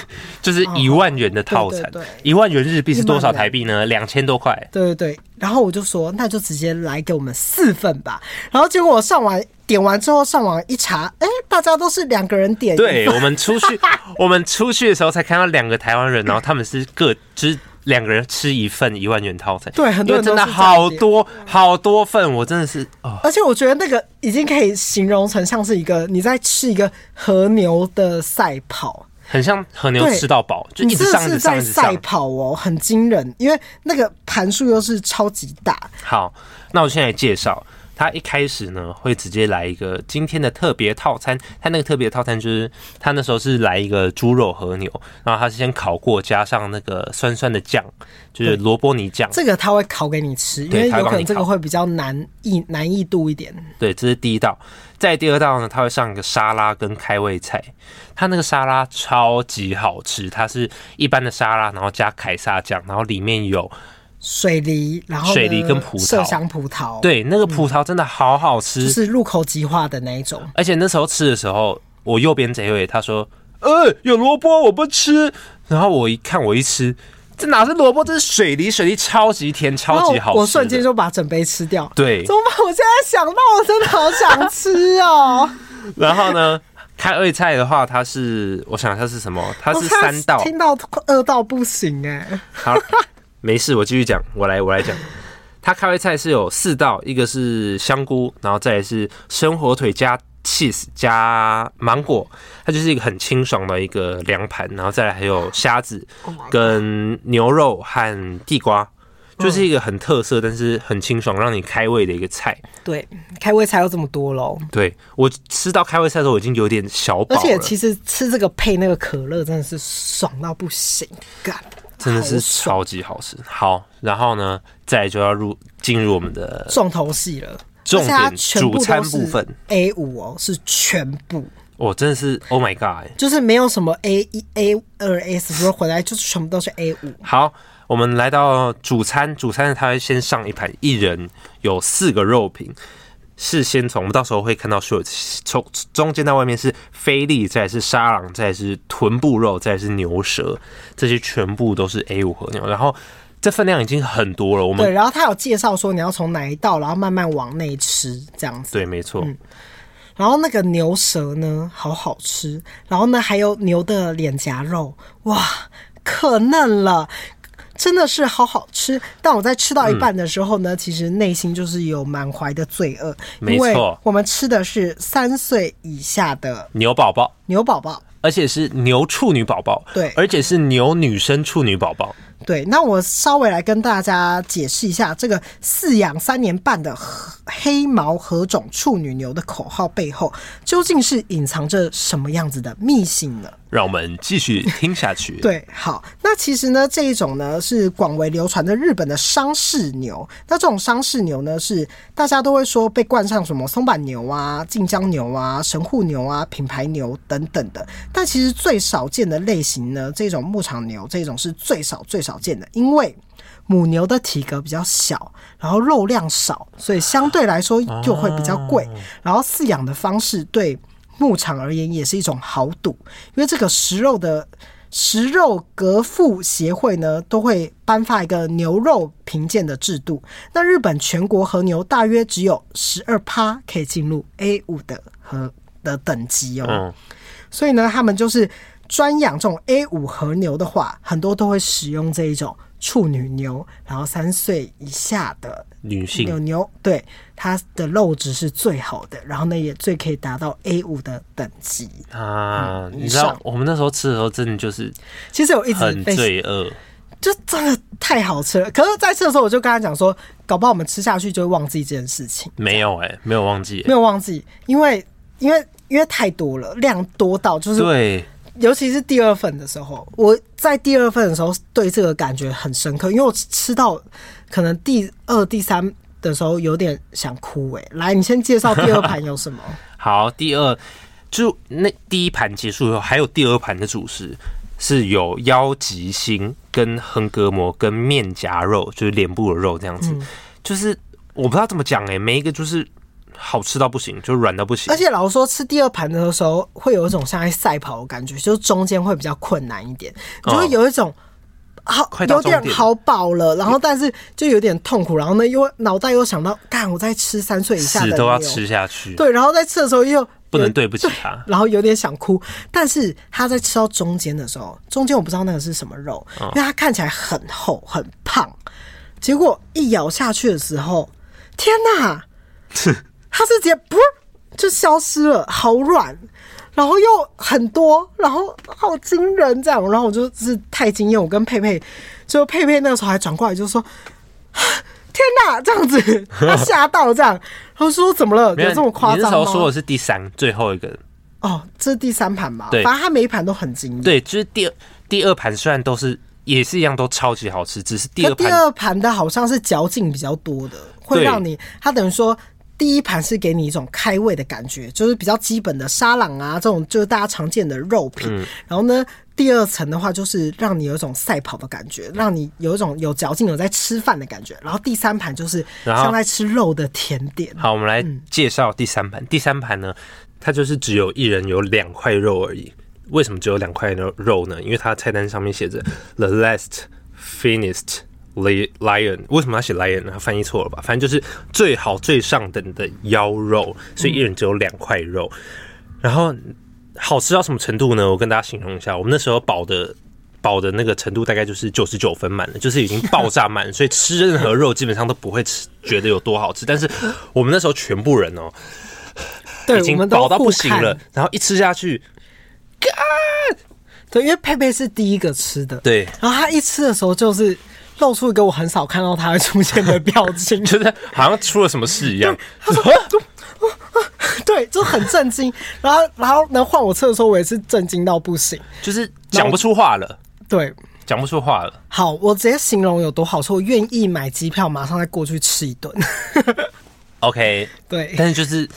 S1: 就是一万元的套餐
S2: 哦对对，
S1: 一万元日币是多少台币呢？两千多块。
S2: 对对对，然后我就说，那就直接来给我们四份吧。然后结果我上完点完之后，上网一查，哎，大家都是两个人点一份，
S1: 对我们出 去，我们出去的时候才看到两个台湾人，然后他们是各就是两个人吃一份一万元套餐，
S2: 对很多人
S1: 因为真的
S2: 都是这样
S1: 好多好多份，我真的是哦，
S2: 而且我觉得那个已经可以形容成像是一个你在吃一个和牛的赛跑，
S1: 很像和牛
S2: 对
S1: 吃到饱，就
S2: 你
S1: 一直
S2: 真的
S1: 上一
S2: 是
S1: 直上
S2: 在
S1: 一直上
S2: 赛。跑哦，很惊人，因为那个盘数又是超级大，
S1: 好，那我现在介绍，它一开始呢会直接来一个今天的特别套餐，它那个特别套餐就是它那时候是来一个猪肉和牛，然后它是先烤过加上那个酸酸的酱，就是萝卜泥酱，
S2: 这个他会烤给你吃，因
S1: 对
S2: 为
S1: 他会
S2: 有可
S1: 帮你
S2: 能这个
S1: 烤
S2: 会比较难易难易度一点。
S1: 对，这是第一道。再第二道呢，它会上一个沙拉跟开胃菜，它那个沙拉超级好吃，它是一般的沙拉，然后加凯撒酱，然后里面有
S2: 水梨，然后
S1: 水
S2: 呢
S1: 梨跟葡萄
S2: 麝香葡萄，，
S1: 对那个葡萄真的好好吃，
S2: 嗯就是入口即化的那一种。
S1: 而且那时候吃的时候，我右边这位他说：“呃，有萝卜我不吃。”然后我一看，我一吃，这哪是萝卜，这是水梨，水梨超级甜，
S2: 然
S1: 超
S2: 后
S1: 级好吃的。
S2: 我瞬间就把整杯吃掉。
S1: 对
S2: 怎，么办？我现在想到，我真的好想吃哦！
S1: 然后呢，开胃菜的话，它是我想它是什么？ 它
S2: 我
S1: 是
S2: 现在
S1: 三道。
S2: 听到饿到不行哎、
S1: 好， 没事，我继续讲，我来我来讲。它开胃菜是有四道，一个是香菇，然后再来是生火腿加 cheese 加芒果，它就是一个很清爽的一个凉盘，然后再来还有虾子
S2: Oh
S1: 跟牛肉和地瓜，就是一个很特色，但是很清爽，让你开胃的一个菜。
S2: 对，开胃菜又这么多喽，
S1: 对我吃到开胃菜的时候，我已经有点小饱
S2: 而
S1: 了，
S2: 且其实吃这个配那个可乐真的是爽到不行，干，
S1: 真的是
S2: 好爽
S1: 超级好吃。好，然后呢，再来就要入进入我们的
S2: 重头戏了。
S1: 重点
S2: 而且它全部
S1: 主餐
S2: 都是
S1: 部分
S2: A 五哦，是全部，
S1: 我真的是 Oh my God！欸
S2: 就是没有什么 A 一、A 二、A 四，不是回来就是全部都是 A 五。
S1: 好，我们来到主餐，主餐它会先上一盘，一人有四个肉品，是先从我们到时候会看到所有从中间到外面是菲力，再来是沙朗，再来是臀部肉，再来是牛舌，这些全部都是 A 五和牛，然后这分量已经很多了，我
S2: 对，
S1: 们。
S2: 然后他有介绍说你要从哪一道，然后慢慢往内吃这样子。
S1: 对，没错，
S2: 然后那个牛舌呢，好好吃。然后呢，还有牛的脸颊肉，哇，可嫩了，真的是好好吃。但我在吃到一半的时候呢，其实内心就是有满怀的罪恶，
S1: 没
S2: 因
S1: 错
S2: 为我们吃的是三岁以下的
S1: 牛宝宝，
S2: 牛宝宝。
S1: 而且是牛处女宝宝，
S2: 对
S1: 而且是牛女生处女宝宝，
S2: 对，那我稍微来跟大家解释一下这个饲养三年半的黑毛合种处女牛的口号背后，究竟是隐藏着什么样子的秘辛呢？
S3: 让我们继续听下去。
S2: 对，好，那其实呢，这一种呢是广为流传的日本的商事牛。那这种商事牛呢，是大家都会说被冠上什么松板牛啊、晋江牛啊、神户牛啊、品牌牛等等的。但其实最少见的类型呢，这种牧场牛，这种是最少最少见的，因为。母牛的体格比较小，然后肉量少，所以相对来说就会比较贵。然后饲养的方式对牧场而言也是一种豪赌，因为这个食肉的食肉革父协会呢都会颁发一个牛肉评鉴的制度。那日本全国和牛大约只有十二趴可以进入 A 五的和的等级哦，
S3: 嗯
S2: 所以呢，他们就是专养这种 A 五和牛的话，很多都会使用这一种处女牛，然后三岁以下的
S3: 女性
S2: 有牛，对它的肉质是最好的，然后呢也最可以达到 A 五的等级。
S3: 啊，
S2: 嗯
S3: 你知道
S2: 上
S3: 我们那时候吃的时候，真的就是
S2: 其实我一直
S3: 很
S2: 被
S3: 罪恶。
S2: 就真的太好吃了，可是，在吃的时候我就跟他讲说，搞不好我们吃下去就会忘记这件事情，
S3: 没有哎、没有忘记、欸
S2: 没有忘记，因为因为因为太多了，量多到就是
S3: 对，
S2: 尤其是第二份的时候，我在第二份的时候对这个感觉很深刻，因为我吃到可能第二、第三的时候有点想哭哎、来，你先介绍第二盘有什么？
S1: 好，第二就那第一盘结束以后，还有第二盘的主食是有腰脊心、跟横膈膜、跟面颊肉，就是脸部的肉这样子。
S2: 嗯
S1: 就是我不知道怎么讲哎、每一个就是好吃到不行， 就软到不行
S2: 而。且老实说，吃第二盘的时候会有一种像在赛跑的感觉，就是中间会比较困难一点，你就会有一种。好，
S1: 哦快到
S2: 有
S1: 终
S2: 点
S1: 点
S2: 好饱了，然后但是就有点痛苦，然后呢，又脑袋又想到，干我在吃三岁以下的
S1: 屎都要
S2: 牛
S1: 吃下去，
S2: 对，然后在吃的时候又
S1: 不能
S2: 有
S1: 对不起它
S2: 然后有点想哭。但是他在吃到中间的时候，中间我不知道那个是什么肉，
S1: 嗯
S2: 因为它看起来很厚很胖，结果一咬下去的时候，天哪，它是直接不就消失了，好软。然后又很多，然后好惊人这样，然后我就是太惊艳，我跟佩佩，就佩佩那个时候还转过来就说：“天哪，这样子，他吓到这样。”然后说：“怎么了？
S1: 没有
S2: 有这么夸
S1: 你
S2: 张
S1: 那
S2: 吗
S1: 时候？”说的是第三最后一个，
S2: 哦，这是第三盘吧？
S1: 对
S2: 反正他每一盘都很惊艳。
S1: 对，就是第二第二盘虽然都是也是一样都超级好吃，只是第
S2: 可
S1: 二
S2: 第
S1: 盘
S2: 二盘的好像是嚼劲比较多的，会
S1: 对
S2: 让你它等于说。第一盘是给你一种开胃的感觉，就是比较基本的沙朗啊，这种就是大家常见的肉品。
S1: 嗯
S2: 然后呢，第二层的话就是让你有一种赛跑的感觉，让你有一种有嚼劲、有在吃饭的感觉。然后第三盘就是
S1: 然后
S2: 像在吃肉的甜点。
S1: 好，我们来介绍第三盘。第三盘呢，它就是只有一人有两块肉而已。为什么只有两块肉肉呢？因为它菜单上面写着 the last finest li- lion。为什么要写 lion 呢？它翻译错了吧？反正就是最好最上等的腰肉，所以一人只有两块肉。然后好吃到什么程度呢？我跟大家形容一下，我们那时候饱的。饱的那个程度大概就是九十九分满了， 就是已经爆炸满，所以吃任何肉基本上都不会吃，觉得有多好吃。但是我们那时候全部人哦、
S2: 对，
S1: 已
S2: 我
S1: 经
S2: 们都
S1: 饱到不
S2: 互
S1: 行
S2: 看
S1: 了。，然后一吃下去，
S2: 对，因为佩佩是第一个吃的。
S1: 对，
S2: 然后他一吃的时候，就是露出一个我很少看到他会出现的表 情，
S1: 就是好像出了什么事 一样。
S2: 对，就很震惊。然后，然后呢，换我吃的时候，我也是震惊到不行。
S1: 就是讲不出话了，
S2: 对，
S1: 讲不出话了。
S2: 好，我直接形容有多好吃，我愿意买机票，马上再过去吃一顿。
S1: OK，
S2: 对，
S1: 但是就是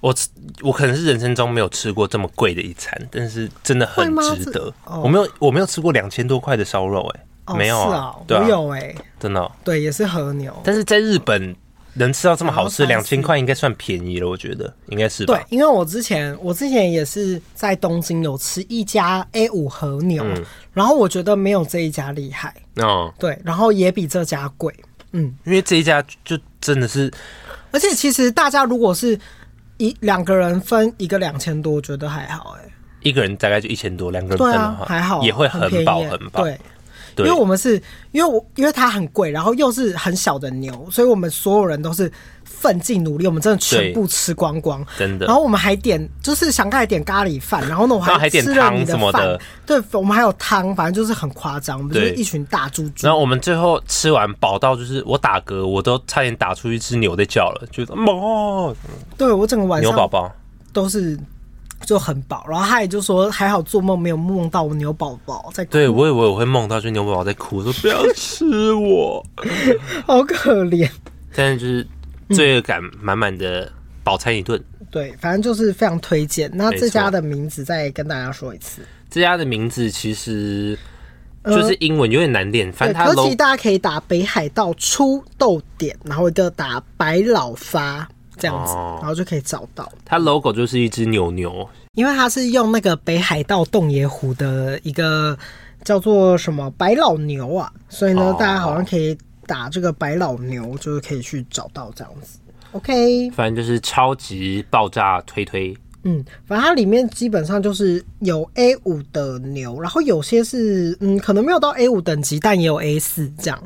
S1: 我吃我可能是人生中没有吃过这么贵的一餐，但是真的很
S2: 会吗
S1: 值
S2: 这
S1: 得。
S2: 哦
S1: 我没有我没有吃过两千多块的烧肉、欸，
S2: 哦
S1: 没有
S2: 是
S1: 啊
S2: 啊，，
S1: 对啊
S2: 我，有哎、
S1: 真的哦、
S2: 对，也是和牛。
S1: 但是在日本能吃到这么好吃，
S2: 然后
S1: 两
S2: 三四
S1: 千块应该算便宜了，我觉得应该是吧
S2: 对，。因为我之前我之前也是在东京有吃一家 A 五和牛，
S1: 嗯
S2: 然后我觉得没有这一家厉害，
S1: 哦，
S2: 对，然后也比这家贵，嗯，
S1: 因为这一家就真的是
S2: 而且其实大家如果是一两个人分一个两千多，我觉得还好哎、
S1: 一个人大概就一千多，两个人分
S2: 对
S1: 的
S2: 啊
S1: 话，，
S2: 还好啊，
S1: 也会
S2: 很
S1: 很
S2: 便宜
S1: 饱
S2: 耶
S1: 很饱。
S2: 对，因
S1: 对
S2: 为我们是因为我因为它很贵，然后又是很小的牛，所以我们所有人都是奋进努力，我们真的全部吃光光。
S1: 真的
S2: 然后我们还点，就是想盖点咖喱饭，然后呢，我
S1: 然后还点
S2: 吃了
S1: 汤
S2: 你
S1: 什么
S2: 饭
S1: 的，
S2: 对，我们还有汤，反正就是很夸张，我们就是
S1: 对
S2: 一群大猪猪
S1: 然。后我们最后吃完饱到，就是我打嗝，我都差点打出一只牛的叫了，就是哦，
S2: 对我整个晚
S1: 牛宝
S2: 上
S1: 宝。
S2: 都是就很饱。然后他也就说，还好做梦没有梦到我牛宝宝在哭，
S1: 对我以为我会梦到，就牛宝宝在哭，说不要吃我，
S2: 好可怜。
S1: 但是就是罪恶感满满的饱餐一顿。
S2: 对，反正就是非常推荐。那这家
S1: 没错
S2: 的名字再跟大家说一次，
S1: 这家的名字其实就是英文有点难念，反
S2: 呃对，
S1: 正它
S2: 可
S1: logo
S2: 惜大家可以打北海道出豆点，然后一个打白老发这样子，
S1: 哦
S2: 然后就可以找到。
S1: 它 logo 就是一只牛牛，
S2: 因为它是用那个北海道洞爷湖的一个叫做什么白老牛啊，所以呢，
S1: 哦
S2: 大家好像可以打这个白老牛，就是可以去找到这样子。OK，
S1: 反正就是超级爆炸推推。
S2: 嗯，反正它里面基本上就是有 A 五的牛，然后有些是嗯，可能没有到 A 五等级，但也有 A 四这样。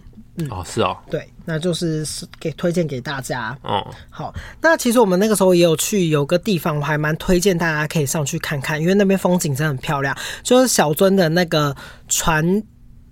S1: 哦，是哦，
S2: 对，那就是是给推荐给大家。
S1: 嗯，
S2: 好，那其实我们那个时候也有去有个地方，我还蛮推荐大家可以上去看看，因为那边风景真的很漂亮。就是小樽的那个船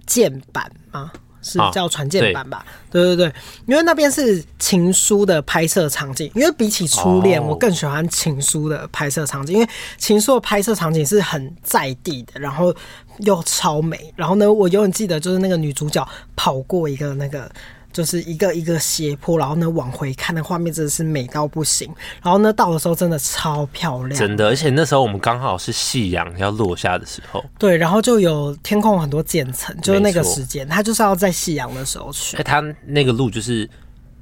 S2: 舰版吗？是
S1: 啊
S2: 叫船舰版吧？对对对，因为那边是情书的拍摄场景，因为比起初恋，
S1: 哦
S2: 我更喜欢情书的拍摄场景，因为情书的拍摄场景是很在地的，然后又超美。然后呢，我永远记得就是那个女主角跑过一个那个。就是一个一个斜坡，然后呢往回看的画面真的是美到不行。然后呢到的时候真的超漂亮，
S1: 真的，而且那时候我们刚好是夕阳要落下的时候，
S2: 对。然后就有天空很多渐层，就是那个
S1: 没错
S2: 时间，它就是要在夕阳的时候去
S1: 哎，。它那个路就是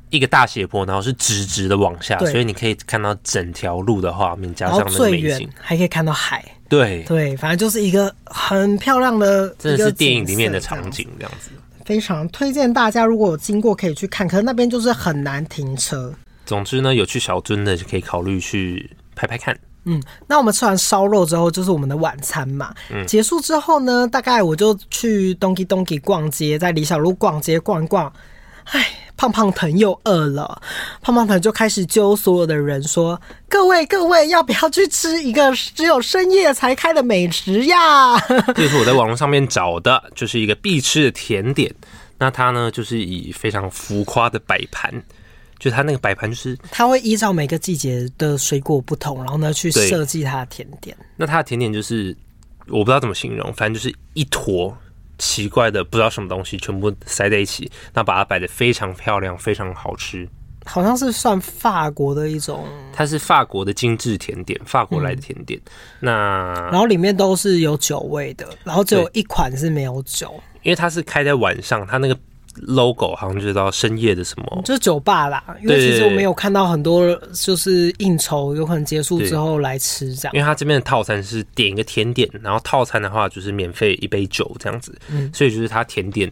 S1: 一个大斜坡，然后是直直的往下，
S2: 对
S1: 所以你可以看到整条路的画面，加
S2: 然
S1: 上
S2: 后
S1: 那个
S2: 最
S1: 美
S2: 远
S1: 景，
S2: 还可以看到海，
S1: 对，
S2: 对，反正就是一个很漂亮的，
S1: 真的
S2: 一
S1: 是
S2: 个
S1: 电影里面的
S2: 景色
S1: 场
S2: 这样
S1: 景这样子。
S2: 子，非常推荐大家，如果有经过可以去看，可是那边就是很难停车。
S1: 总之呢，有去小樽的就可以考虑去拍拍看。
S2: 嗯，那我们吃完烧肉之后，就是我们的晚餐嘛。结束之后呢，大概我就去东基东基逛街，在李小璐逛街逛一逛。唉，胖胖腾又饿了，胖胖腾就开始揪所有的人说：“各位各位，要不要去吃一个只有深夜才开的美食呀？”
S1: 这也是我在网络上面找的，就是一个必吃的甜点。那它呢，就是以非常浮夸的摆盘，就它那个摆盘就是，
S2: 它会依照每个季节的水果不同，然后呢去
S1: 对
S2: 设计它的甜点。
S1: 那它的甜点就是我不知道怎么形容，反正就是一坨奇怪的不知道什么东西全部塞在一起，那把它摆得非常漂亮，非常好吃。
S2: 好像是算法国的一种，
S1: 它是法国的精致甜点，法国来的甜点。那
S2: 然后里面都是有酒味的，然后只有
S1: 对
S2: 一款是没有酒，
S1: 因为它是开在晚上，它那个 logo 好像就是到深夜的什么。
S2: 就是酒吧啦。因为
S1: 对
S2: 其实我们有看到很多就是应酬有可能结束之后来吃这
S1: 因
S2: 样，
S1: 为它这边的套餐是点一个甜点，然后套餐的话就是免费一杯酒这样子，
S2: 嗯
S1: 所以就是它甜点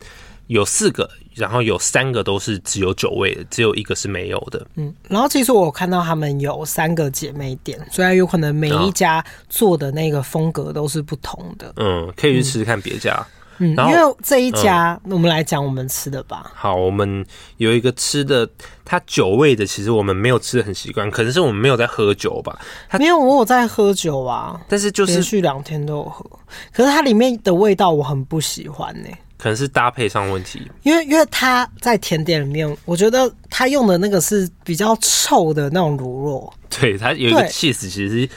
S1: 有四个，然后有三个都是只有酒味的，只有一个是没有的。
S2: 嗯。然后其实我有看到他们有三个姐妹店，虽然有可能
S1: 啊
S2: 每一家做的那个风格都是不同的，
S1: 嗯，可以去试试看别家。
S2: 嗯，
S1: 然后
S2: 因为这一家、我们来讲我们吃的吧，
S1: 好，我们有一个吃的，它酒味的其实我们没有吃的很习惯，可能是我们没有在喝酒吧。它
S2: 没有我有在喝酒啊，
S1: 但是就
S2: 连
S1: 是
S2: 续两天都有喝，可是它里面的味道我很不喜欢欸呢、
S1: 可能是搭配上问题，
S2: 因为因为它在甜点里面，我觉得它用的那个是比较臭的那种乳酪，
S1: 对它有一个
S2: 对
S1: cheese 其实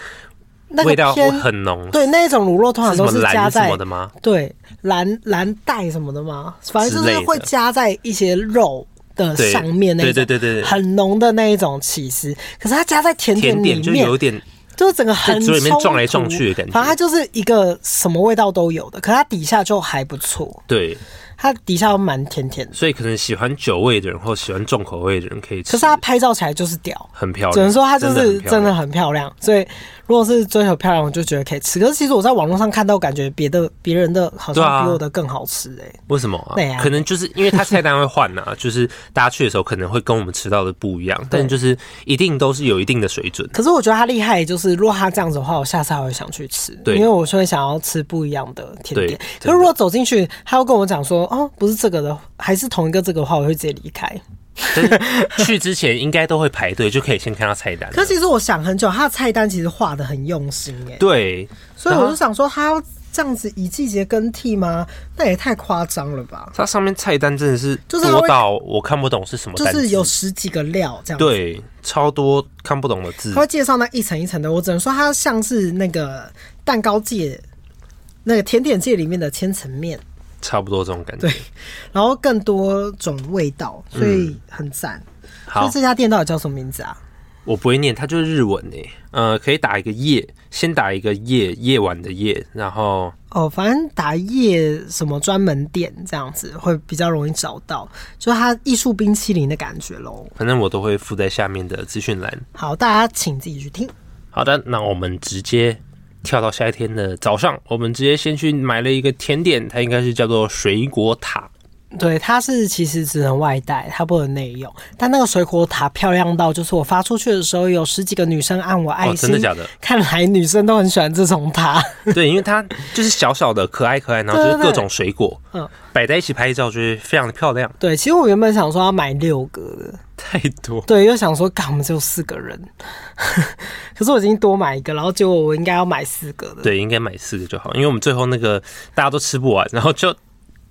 S2: 那
S1: 味
S2: 个
S1: 道
S2: 偏
S1: 很浓，
S2: 对那一种乳酪通
S1: 是
S2: 常
S1: 什
S2: 啊都
S1: 么
S2: 是加
S1: 蓝什
S2: 在
S1: 么的吗？
S2: 对蓝蓝带什么的嘛，反正就
S1: 之
S2: 是
S1: 类的
S2: 会加在一些肉。的
S1: 对
S2: 上面那一种
S1: 对对对对对
S2: 很浓的那一种起司，可是它加在甜
S1: 甜
S2: 里
S1: 点就
S2: 面，
S1: 有点
S2: 就是整个很
S1: 在嘴里面
S2: 冲
S1: 撞来
S2: 突
S1: 撞去的感觉
S2: 反正它就是一个什么味道都有的，可它底下就还不错，
S1: 对。
S2: 它底下蛮甜甜的。
S1: 所以可能喜欢酒味的人或喜欢重口味的人可以吃。
S2: 可是它拍照起来就是屌，
S1: 很漂亮，
S2: 只能说它就是真
S1: 真
S2: 的
S1: 的很漂亮
S2: 很漂亮。所以如果是追求漂亮，我就觉得可以吃。可是其实我在网络上看到，感觉别的别人的好
S1: 对啊
S2: 像比我的更好吃哎、
S1: 为什么啊？
S2: 对啊
S1: 可能就是因为它菜单会换呐、 就是大家去的时候可能会跟我们吃到的不一样，但就是一定都是有一定的水准。
S2: 可是我觉得它厉害，就是如果它这样子的话，我下次还会想去吃，
S1: 对
S2: 因为我是会想要吃不一样的甜
S1: 对
S2: 点。可
S1: 真
S2: 是
S1: 的
S2: 如果走进去，他又跟我讲说，哦，不是这个的，还是同一个这个的话，我会直接离开。
S1: 但是去之前应该都会排队，就可以先看到菜单了。
S2: 可是其实我想很久，它的菜单其实画的很用心哎、
S1: 对，啊
S2: 所以我就想说，它这样子以季节更替吗？那也太夸张了吧！
S1: 它上面菜单真的是
S2: 就是它会
S1: 多到我看不懂是什么
S2: 就
S1: 单字，
S2: 是有十几个料这样子。
S1: 对超多看不懂的字
S2: 他，会介绍那一层一层的，我只能说它像是那个蛋糕界、那个甜点界里面的千层面，
S1: 差不多这种感觉。
S2: 然后更多种味道，所以很赞。所
S1: 好
S2: 以，这家店到底叫什么名字啊？
S1: 我不会念，它就是日文诶。呃，可以打一个夜，先打一个夜，夜晚的夜，然后
S2: 哦，反正打夜什么专门店这样子会比较容易找到，就是它艺术冰淇淋的感觉喽。
S1: 反正我都会附在下面的资讯栏。
S2: 好，大家请自己去听。
S1: 好的，那我们直接跳到下一天的早上，我们直接先去买了一个甜点，它应该是叫做水果 塔。
S2: 对，它是其实只能外带，它不能内用。但那个水果塔漂亮到，就是我发出去的时候，有十几个女生按我爱
S1: 哦，
S2: 心。
S1: 真的假的？
S2: 看来女生都很喜欢这种塔。
S1: 对，因为它就是小小的、可爱可爱，然后就
S2: 对
S1: 是
S2: 对
S1: 各种水果，
S2: 嗯
S1: 摆在一起拍照，就会非常的漂亮。
S2: 对，其实我原本想说要买六个的，
S1: 太 多，
S2: 对，又想说，干我们只有四个人， 可是我已经多买一个，然后结果我应该要买四个的。
S1: 对，应该买四个就好，因为我们最后那个大家都吃不完，然后就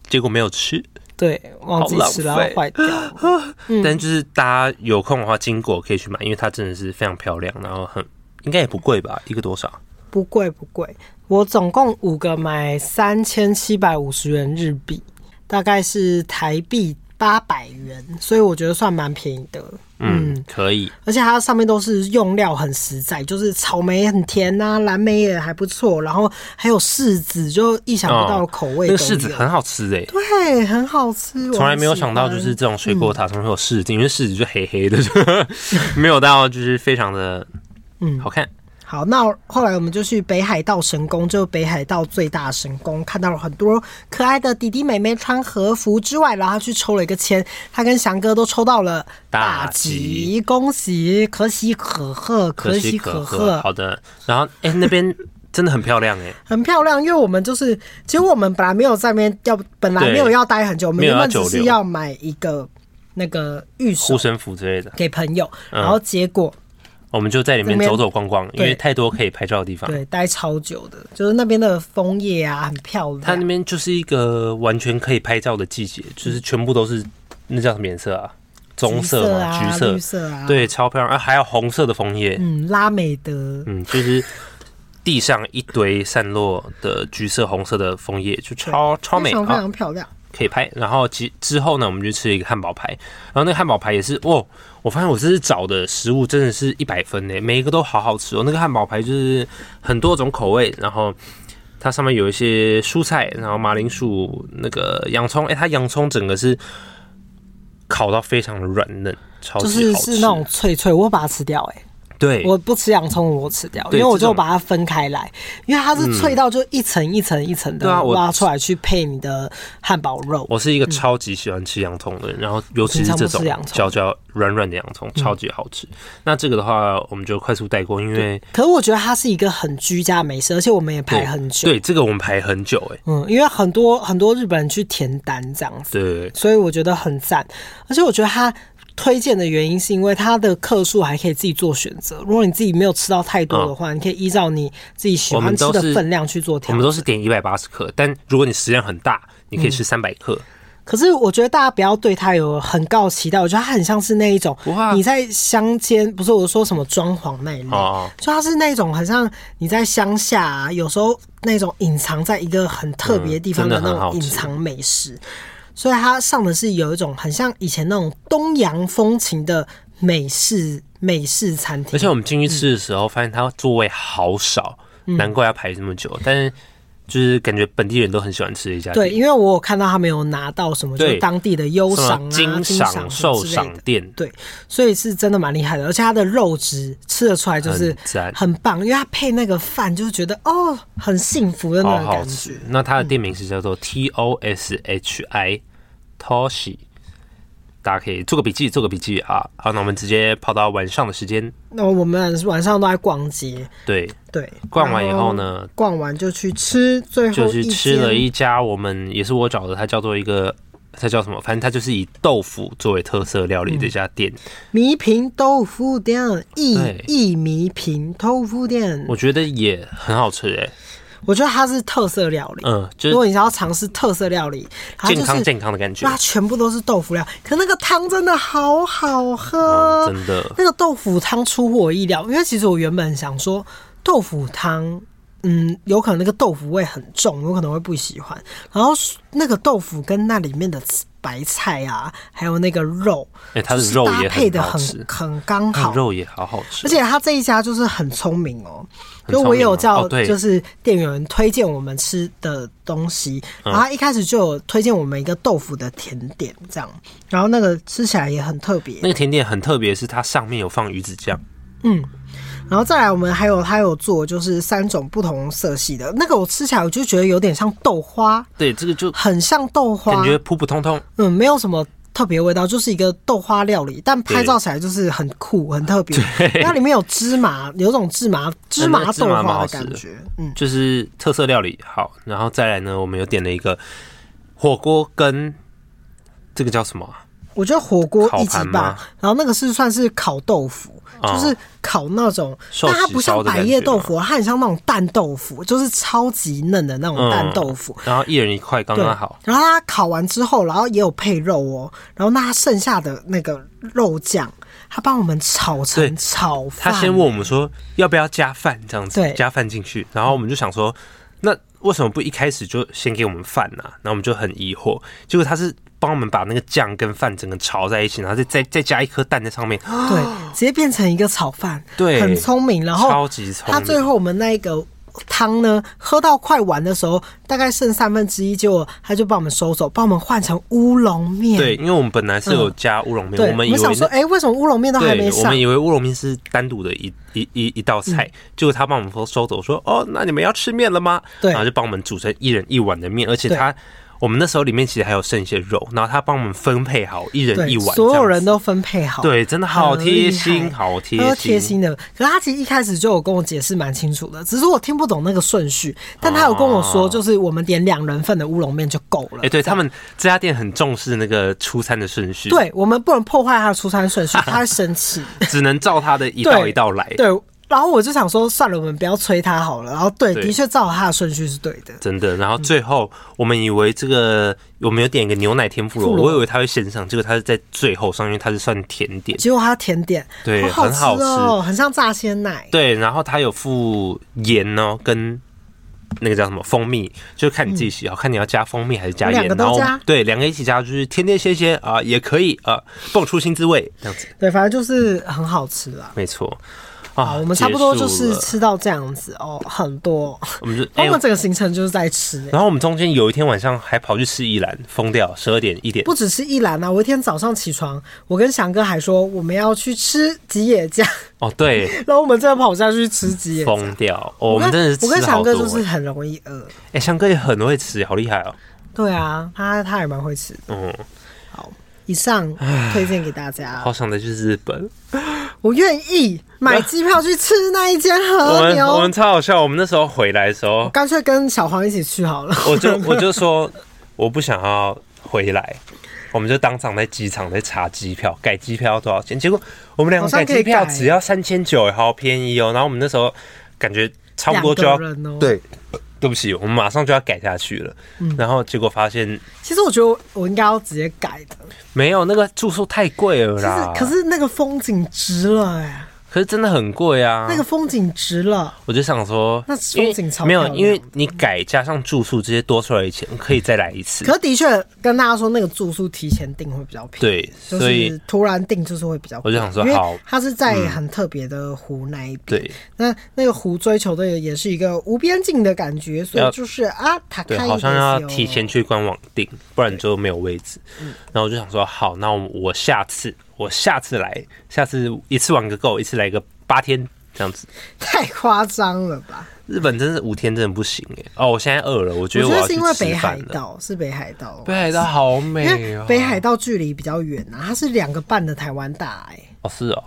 S1: 结果没有吃。
S2: 对，忘记吃了，
S1: 好浪费
S2: 然后坏掉了。
S1: 但就是大家有空的话，经过可以去买，因为它真的是非常漂亮，然后很应该也不贵吧，一个多少？
S2: 不贵不贵，我总共五个买三千七百五十元日币，大概是台币八百元，所以我觉得算蛮便宜的。
S1: 嗯，可以。
S2: 而且它上面都是用料很实在，就是草莓很甜呐、蓝莓也还不错，然后还有柿子，就意想不到的口味、
S1: 哦那个柿子，很好吃诶、
S2: 对，很好吃，
S1: 从来没有想到就是这种水果
S2: 嗯
S1: 塔上面会有柿子，因为柿子就黑黑的， 就没有到就是非常的
S2: 嗯
S1: 好看。
S2: 好。那后来我们就去北海道神宫，就北海道最大神宫，看到了很多可爱的弟弟妹妹穿和服之外，然后他去抽了一个签，他跟翔哥都抽到了
S1: 大
S2: 吉，恭喜，可喜可贺，可喜可贺，
S1: 好的，然后哎、那边真的很漂亮哎、
S2: 很漂亮，因为我们就是，其实我们本来没有在那边要，本来
S1: 对
S2: 没有要待很久，我们
S1: 没有
S2: 原
S1: 要
S2: 本只
S1: 久
S2: 是
S1: 留
S2: 要买一个那个玉手
S1: 护身符之类的，
S2: 给朋友，
S1: 嗯
S2: 然后结果
S1: 我们就在里面
S2: 这边
S1: 走走逛逛，因
S2: 对
S1: 为太多可以拍照的地方。
S2: 对待超久的，就是那边的枫叶啊，很漂
S1: 它那
S2: 亮，
S1: 边就是一个完全可以拍照的季节，就是全部都是那叫什么颜色啊？棕色嘛，
S2: 啊，
S1: 橘色，
S2: 绿色啊，，
S1: 对，超漂亮啊！还有红色的枫叶，
S2: 嗯，拉美德，
S1: 嗯，就是地上一堆散落的橘色、红色的枫叶，就超超
S2: 非
S1: 美
S2: 常非
S1: 啊，
S2: 常漂亮，
S1: 可以拍。然后其之后呢，我们就吃了一个汉堡排，然后那个汉堡排也是哦，我发现我这次找的食物真的是一百分呢，每一个都好好吃哦。那个汉堡排就是很多种口味，然后。它上面有一些蔬菜，然后马铃薯、那个洋葱，哎、它洋葱整个是烤到非常的软嫩，超级
S2: 就
S1: 好吃。
S2: 是是那种脆脆，我把它吃掉、欸，
S1: 对，
S2: 我不吃洋葱，我吃掉，因
S1: 对
S2: 为我
S1: 这
S2: 就
S1: 种嗯
S2: 把它分开来，因为它是脆到就一层一层一层的
S1: 对啊我
S2: 挖出来去配你的汉堡肉。
S1: 我是一个超级喜欢吃洋葱的人，然后尤其是这种
S2: 嗯平常不吃洋葱嗯
S1: 焦焦软软的洋葱，超级好吃。那这个的话，我们就快速带过，因为
S2: 可是我觉得它是一个很居家美食，而且我们也排很久。
S1: 对这个我们排很久哎、
S2: 嗯，因为很多很多日本人去填单这样子，
S1: 对，
S2: 所以我觉得很赞。而且我觉得它推荐的原因是因为它的克数还可以自己做选择，如果你自己没有吃到太多的话，你可以依照你自己喜
S1: 嗯我
S2: 欢
S1: 们
S2: 吃
S1: 都
S2: 的
S1: 是
S2: 分量去做
S1: 我
S2: 调
S1: 们
S2: 整。
S1: 都是点一百八十克，但如果你食量很大，你
S2: 嗯
S1: 可以吃三百克。
S2: 可是我觉得大家不要对它有很高期待，我觉得它很像是那一种
S1: 不会啊
S2: 你在乡间，不是我说什么装潢那一类，
S1: 哦
S2: 就它是那种很像你在乡下、啊，有时候那种隐藏在一个很特别地
S1: 嗯
S2: 方
S1: 真的
S2: 那
S1: 很好
S2: 种
S1: 吃
S2: 隐藏美食，所以它上的是有一种很像以前那种东洋风情的美式美式餐厅，
S1: 而且我们进去吃的时候，发现它座位好少，
S2: 嗯
S1: 难怪要排这么久。但是就是感觉本地人都很喜欢吃的一家
S2: 对，
S1: 店，
S2: 因为我有看到他们有拿到什么，就
S1: 对
S2: 是当地的优
S1: 什
S2: 赏
S1: 么
S2: 啊、
S1: 金
S2: 赏
S1: 赏、
S2: 什么
S1: 寿
S2: 之类
S1: 赏
S2: 的
S1: 店，
S2: 对，所以是真的蛮厉害的，而且它的肉质吃得出来就是
S1: 很赞
S2: 很棒，因为它配那个饭，就是觉得哦很幸福的那
S1: 好
S2: 种
S1: 好
S2: 感
S1: 吃
S2: 觉。。嗯
S1: 那它的店名是叫做 T O S H I Toshi，大家可以做个笔记，做个笔记啊。好，那我们直接跑到晚上的时间，
S2: 那我们晚上都在逛街，
S1: 对，
S2: 对，
S1: 逛完以后
S2: 然后？
S1: 呢，
S2: 逛完就去吃，最后
S1: 就是
S2: 一
S1: 吃
S2: 间
S1: 了一家我们也是我找的，它叫做一个。它叫什么？反正它就是以豆腐作为特色料理
S2: 嗯
S1: 的一家店。
S2: 米平豆腐店，一
S1: 对
S2: 一米平豆腐店，
S1: 我觉得也很好吃诶、欸
S2: 我觉得它是特色料理。
S1: 嗯，就
S2: 如果
S1: 是
S2: 你想要尝试特色料理，它就
S1: 健康
S2: 是
S1: 健康的感觉
S2: 它，全部都是豆腐料，可那个汤真的好好喝，
S1: 嗯真的
S2: 那个豆腐汤出乎我意料，因为其实我原本想说豆腐汤，嗯，有可能那个豆腐味很重，我可能会不喜欢。然后那个豆腐跟那里面的白菜啊，还有那个肉，
S1: 哎它的
S2: 就是
S1: 肉
S2: 搭
S1: 也
S2: 配的
S1: 很好
S2: 很
S1: 吃
S2: 很刚好，
S1: 嗯肉也好好吃，
S2: 而且他这一家就是很聪明哦，
S1: 很聪
S2: 就
S1: 明
S2: 我有
S1: 哦
S2: 叫
S1: 哦对
S2: 就是店员推荐我们吃的东西，
S1: 嗯
S2: 然后他一开始就有推荐我们一个豆腐的甜点这样，然后那个吃起来也很特别
S1: 那。个甜点很特别，是它上面有放鱼子酱，
S2: 然后再来我们还有他有做就是三种不同色系的那个，我吃起来我就觉得有点像豆花，
S1: 对，这个就
S2: 很像豆
S1: 感
S2: 花，
S1: 觉普普通通，
S2: 嗯，没有什么。特别味道就是一个豆花料理，但拍
S1: 对
S2: 照起来就是很酷、很特别。它里面有芝麻，有种芝麻芝
S1: 嗯那
S2: 麻
S1: 个芝
S2: 豆
S1: 麻蛮
S2: 花
S1: 好
S2: 的
S1: 吃
S2: 感
S1: 的
S2: 觉。嗯，
S1: 就是特色料理。好，然后再来呢，我们又点了一个火锅跟这个叫什么啊？
S2: 我觉得火锅一级
S1: 烤盘
S2: 棒
S1: 吗，
S2: 然后那个是算是烤豆腐，
S1: 哦
S2: 就是烤那种，
S1: 寿
S2: 但
S1: 喜
S2: 它不像
S1: 烧的
S2: 百
S1: 感
S2: 叶
S1: 觉
S2: 豆腐，它很像那种蛋豆腐，就是超级嫩的那
S1: 嗯
S2: 种蛋豆腐。
S1: 然后一人一块，刚
S2: 对
S1: 刚嗯好，。
S2: 然后它烤完之后，然后也有配肉哦，然后那它剩下的那个肉酱，它帮我们炒
S1: 对
S2: 成炒
S1: 他
S2: 饭。
S1: 先问我们说要不要加饭这样子
S2: 对，
S1: 加饭进去，然后我们就想说，那为什么不一开始就先给我们饭呢、然后我们就很疑惑，结果他是帮我们把那个酱跟饭整个炒在一起，然后再再再加一颗蛋在上面，
S2: 对，直接变成一个炒饭，
S1: 对
S2: 很聪明。然后
S1: 超级聪
S2: 他
S1: 明。
S2: 最后我们那个汤呢，喝到快完的时候，大概剩三分之一，结果他就帮我们收走，帮我们换成乌龙面。
S1: 对，因为我们本来是有加乌龙面，
S2: 嗯对，
S1: 我们以为
S2: 想说，
S1: 那
S2: 哎、为什么乌龙面都还没
S1: 对，我
S2: 上嗯
S1: 们？以为乌龙面是单独的一一一一道菜，结果他帮我们收收走说，哦，那你们要吃面了吗？
S2: 对
S1: 然后就帮我们煮成一人一碗的面，而且
S2: 对
S1: 他我们那时候里面其实还有剩一些肉，然后他帮我们分配好一人
S2: 对
S1: 一碗，，
S2: 所有人
S1: 都
S2: 都分配好。。
S1: 对，真的好
S2: 很
S1: 贴
S2: 厉
S1: 心，
S2: 害
S1: 好贴
S2: 他
S1: 心，
S2: 都贴心的，可是他其实一开始就有跟我解释蛮清楚的，只是我听不懂那个顺序，但他有跟我说，
S1: 哦
S2: 就是我们点两人份的乌龙面就够了。
S1: 哎、对
S2: 这样
S1: 他们这家店很重视那个出餐的顺序，，
S2: 对我们不能破坏他的出餐 顺序，他会生气。
S1: 只能照他的一
S2: 对
S1: 道一道来，
S2: 对，然后我就想说，算了，我们不要催他好了。然后对，
S1: 对
S2: 的确照他的顺序是对的。
S1: 真的。然后最后我们以为这个我们有点一个牛奶天妇罗，
S2: 妇罗
S1: 我以为它会先上，结果它是在最后上，因为它是算甜点。
S2: 结果它甜点
S1: 对
S2: 好好
S1: 很
S2: 哦，
S1: 好
S2: 很像炸鲜奶。
S1: 对，然后它有附盐哦，跟那个叫什么蜂蜜，就看你自己喜好，看你要加蜂蜜还是加盐。
S2: 嗯两个都
S1: 然后
S2: 加
S1: 对，两个一起加，就是天天鲜鲜啊，也可以啊，蹦出新滋味这样子，
S2: 对，反正就是很好吃啦。
S1: 没错。
S2: 好，
S1: 啊，
S2: 我们差不多
S1: 结
S2: 就
S1: 束
S2: 是哦
S1: 了
S2: 吃到这样子哦，很多。
S1: 我们就
S2: 我
S1: 哎、
S2: 们整个行程就是在吃、欸
S1: 然后我们中间有一天晚上还跑去吃一兰，疯掉，十二点一点。
S2: 不只是一兰啊，我一天早上起床，我跟翔哥还说我们要去吃吉野家，
S1: 哦，对，
S2: 然后我们真的跑下去吃吉野家。
S1: 疯掉、哦，我们
S2: 跟
S1: 真的是
S2: 我跟
S1: 吃
S2: 翔
S1: 好
S2: 哥
S1: 多。欸
S2: 就是很容易饿。
S1: 哎、翔哥也很会吃，好厉害哦。
S2: 对啊，他他也蛮会吃的。
S1: 嗯，
S2: 好，以上推荐给大家
S1: 好。想再去日 本。
S2: 我愿意买机票去吃那一间
S1: 我
S2: 和
S1: 们我
S2: 牛
S1: 们，超好笑，我们那时候回来的时 候，
S2: 干脆跟小黄一起去好了。
S1: 我就我就说我不想要回来，我们就当场在机场在查机票，改机票要多少钱？结果我们两个
S2: 好
S1: 改
S2: 像可以
S1: 机票
S2: 改
S1: 只要三千九，好便宜哦。然后我们那时候感觉 差不
S2: 两
S1: 多就
S2: 个
S1: 要，
S2: 人哦。，
S1: 对，对不起，我们马上就要改下去了。
S2: 嗯
S1: 然后结果发现
S2: 其实我觉得我应该要直接改的。
S1: 没有那个住宿太贵了啦，
S2: 其实可是那个风景值了哎、
S1: 可是真的很贵啊。
S2: 那个风景值了。
S1: 我就想说，
S2: 那风景超
S1: 没
S2: 漂
S1: 有，
S2: 亮
S1: 因为你改加上住宿这些多出来的钱，可以再来一次。
S2: 可的确跟大家说，那个住宿提前订会比较便宜。
S1: 对，
S2: 就
S1: 所以
S2: 是突然订就是会比较贵，
S1: 我就想说
S2: 因
S1: 好嗯
S2: 为它是在很特别的湖那一边，
S1: 对。
S2: 那那个湖追求的也是一个无边境的感觉，所以
S1: 要
S2: 就是啊，塔
S1: 对，
S2: 开
S1: 好像要提前去官网订，不然就没有位置。
S2: 嗯
S1: 然后我就想说，好，那我下次我下次来，下次一次玩个够，一次来个八天这样子。
S2: 太夸张了吧？
S1: 日本真是五天真的不行哎、哦，我现在饿了，我 觉得
S2: 我觉
S1: 我
S2: 得
S1: 要
S2: 是
S1: 去
S2: 因为
S1: 吃
S2: 北海
S1: 饭了。
S2: 道是北海道，
S1: 北海道好
S2: 因
S1: 美
S2: 为
S1: 哦，
S2: 北海道距离比较远啊，它是两个半的台湾大哎、
S1: 哦是 哦，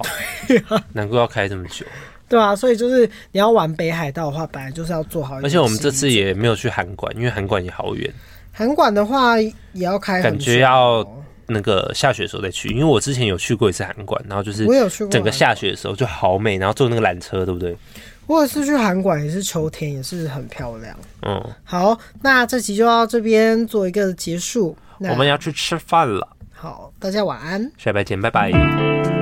S2: 啊
S1: 难怪要开这么久。
S2: 对啊，所以就是你要玩北海道的话，本来就是要做好一点心理。
S1: 而且我们这次也没有去韩馆，因为韩馆也好远，
S2: 韩馆的话也要开很久哦，
S1: 感觉要那个下雪的时候再去。因为我之前有去过一次韩馆，然后就是
S2: 我有去过
S1: 整个
S2: 韩
S1: 下雪的时候就好美，然后坐那个缆车，对不对？
S2: 我有一次去韩馆也是秋天，也是很漂亮。
S1: 嗯，
S2: 好，那这集就到这边做一个结束。那
S1: 我们要去吃饭了，
S2: 好，大家晚安。
S1: 下礼拜见，拜拜。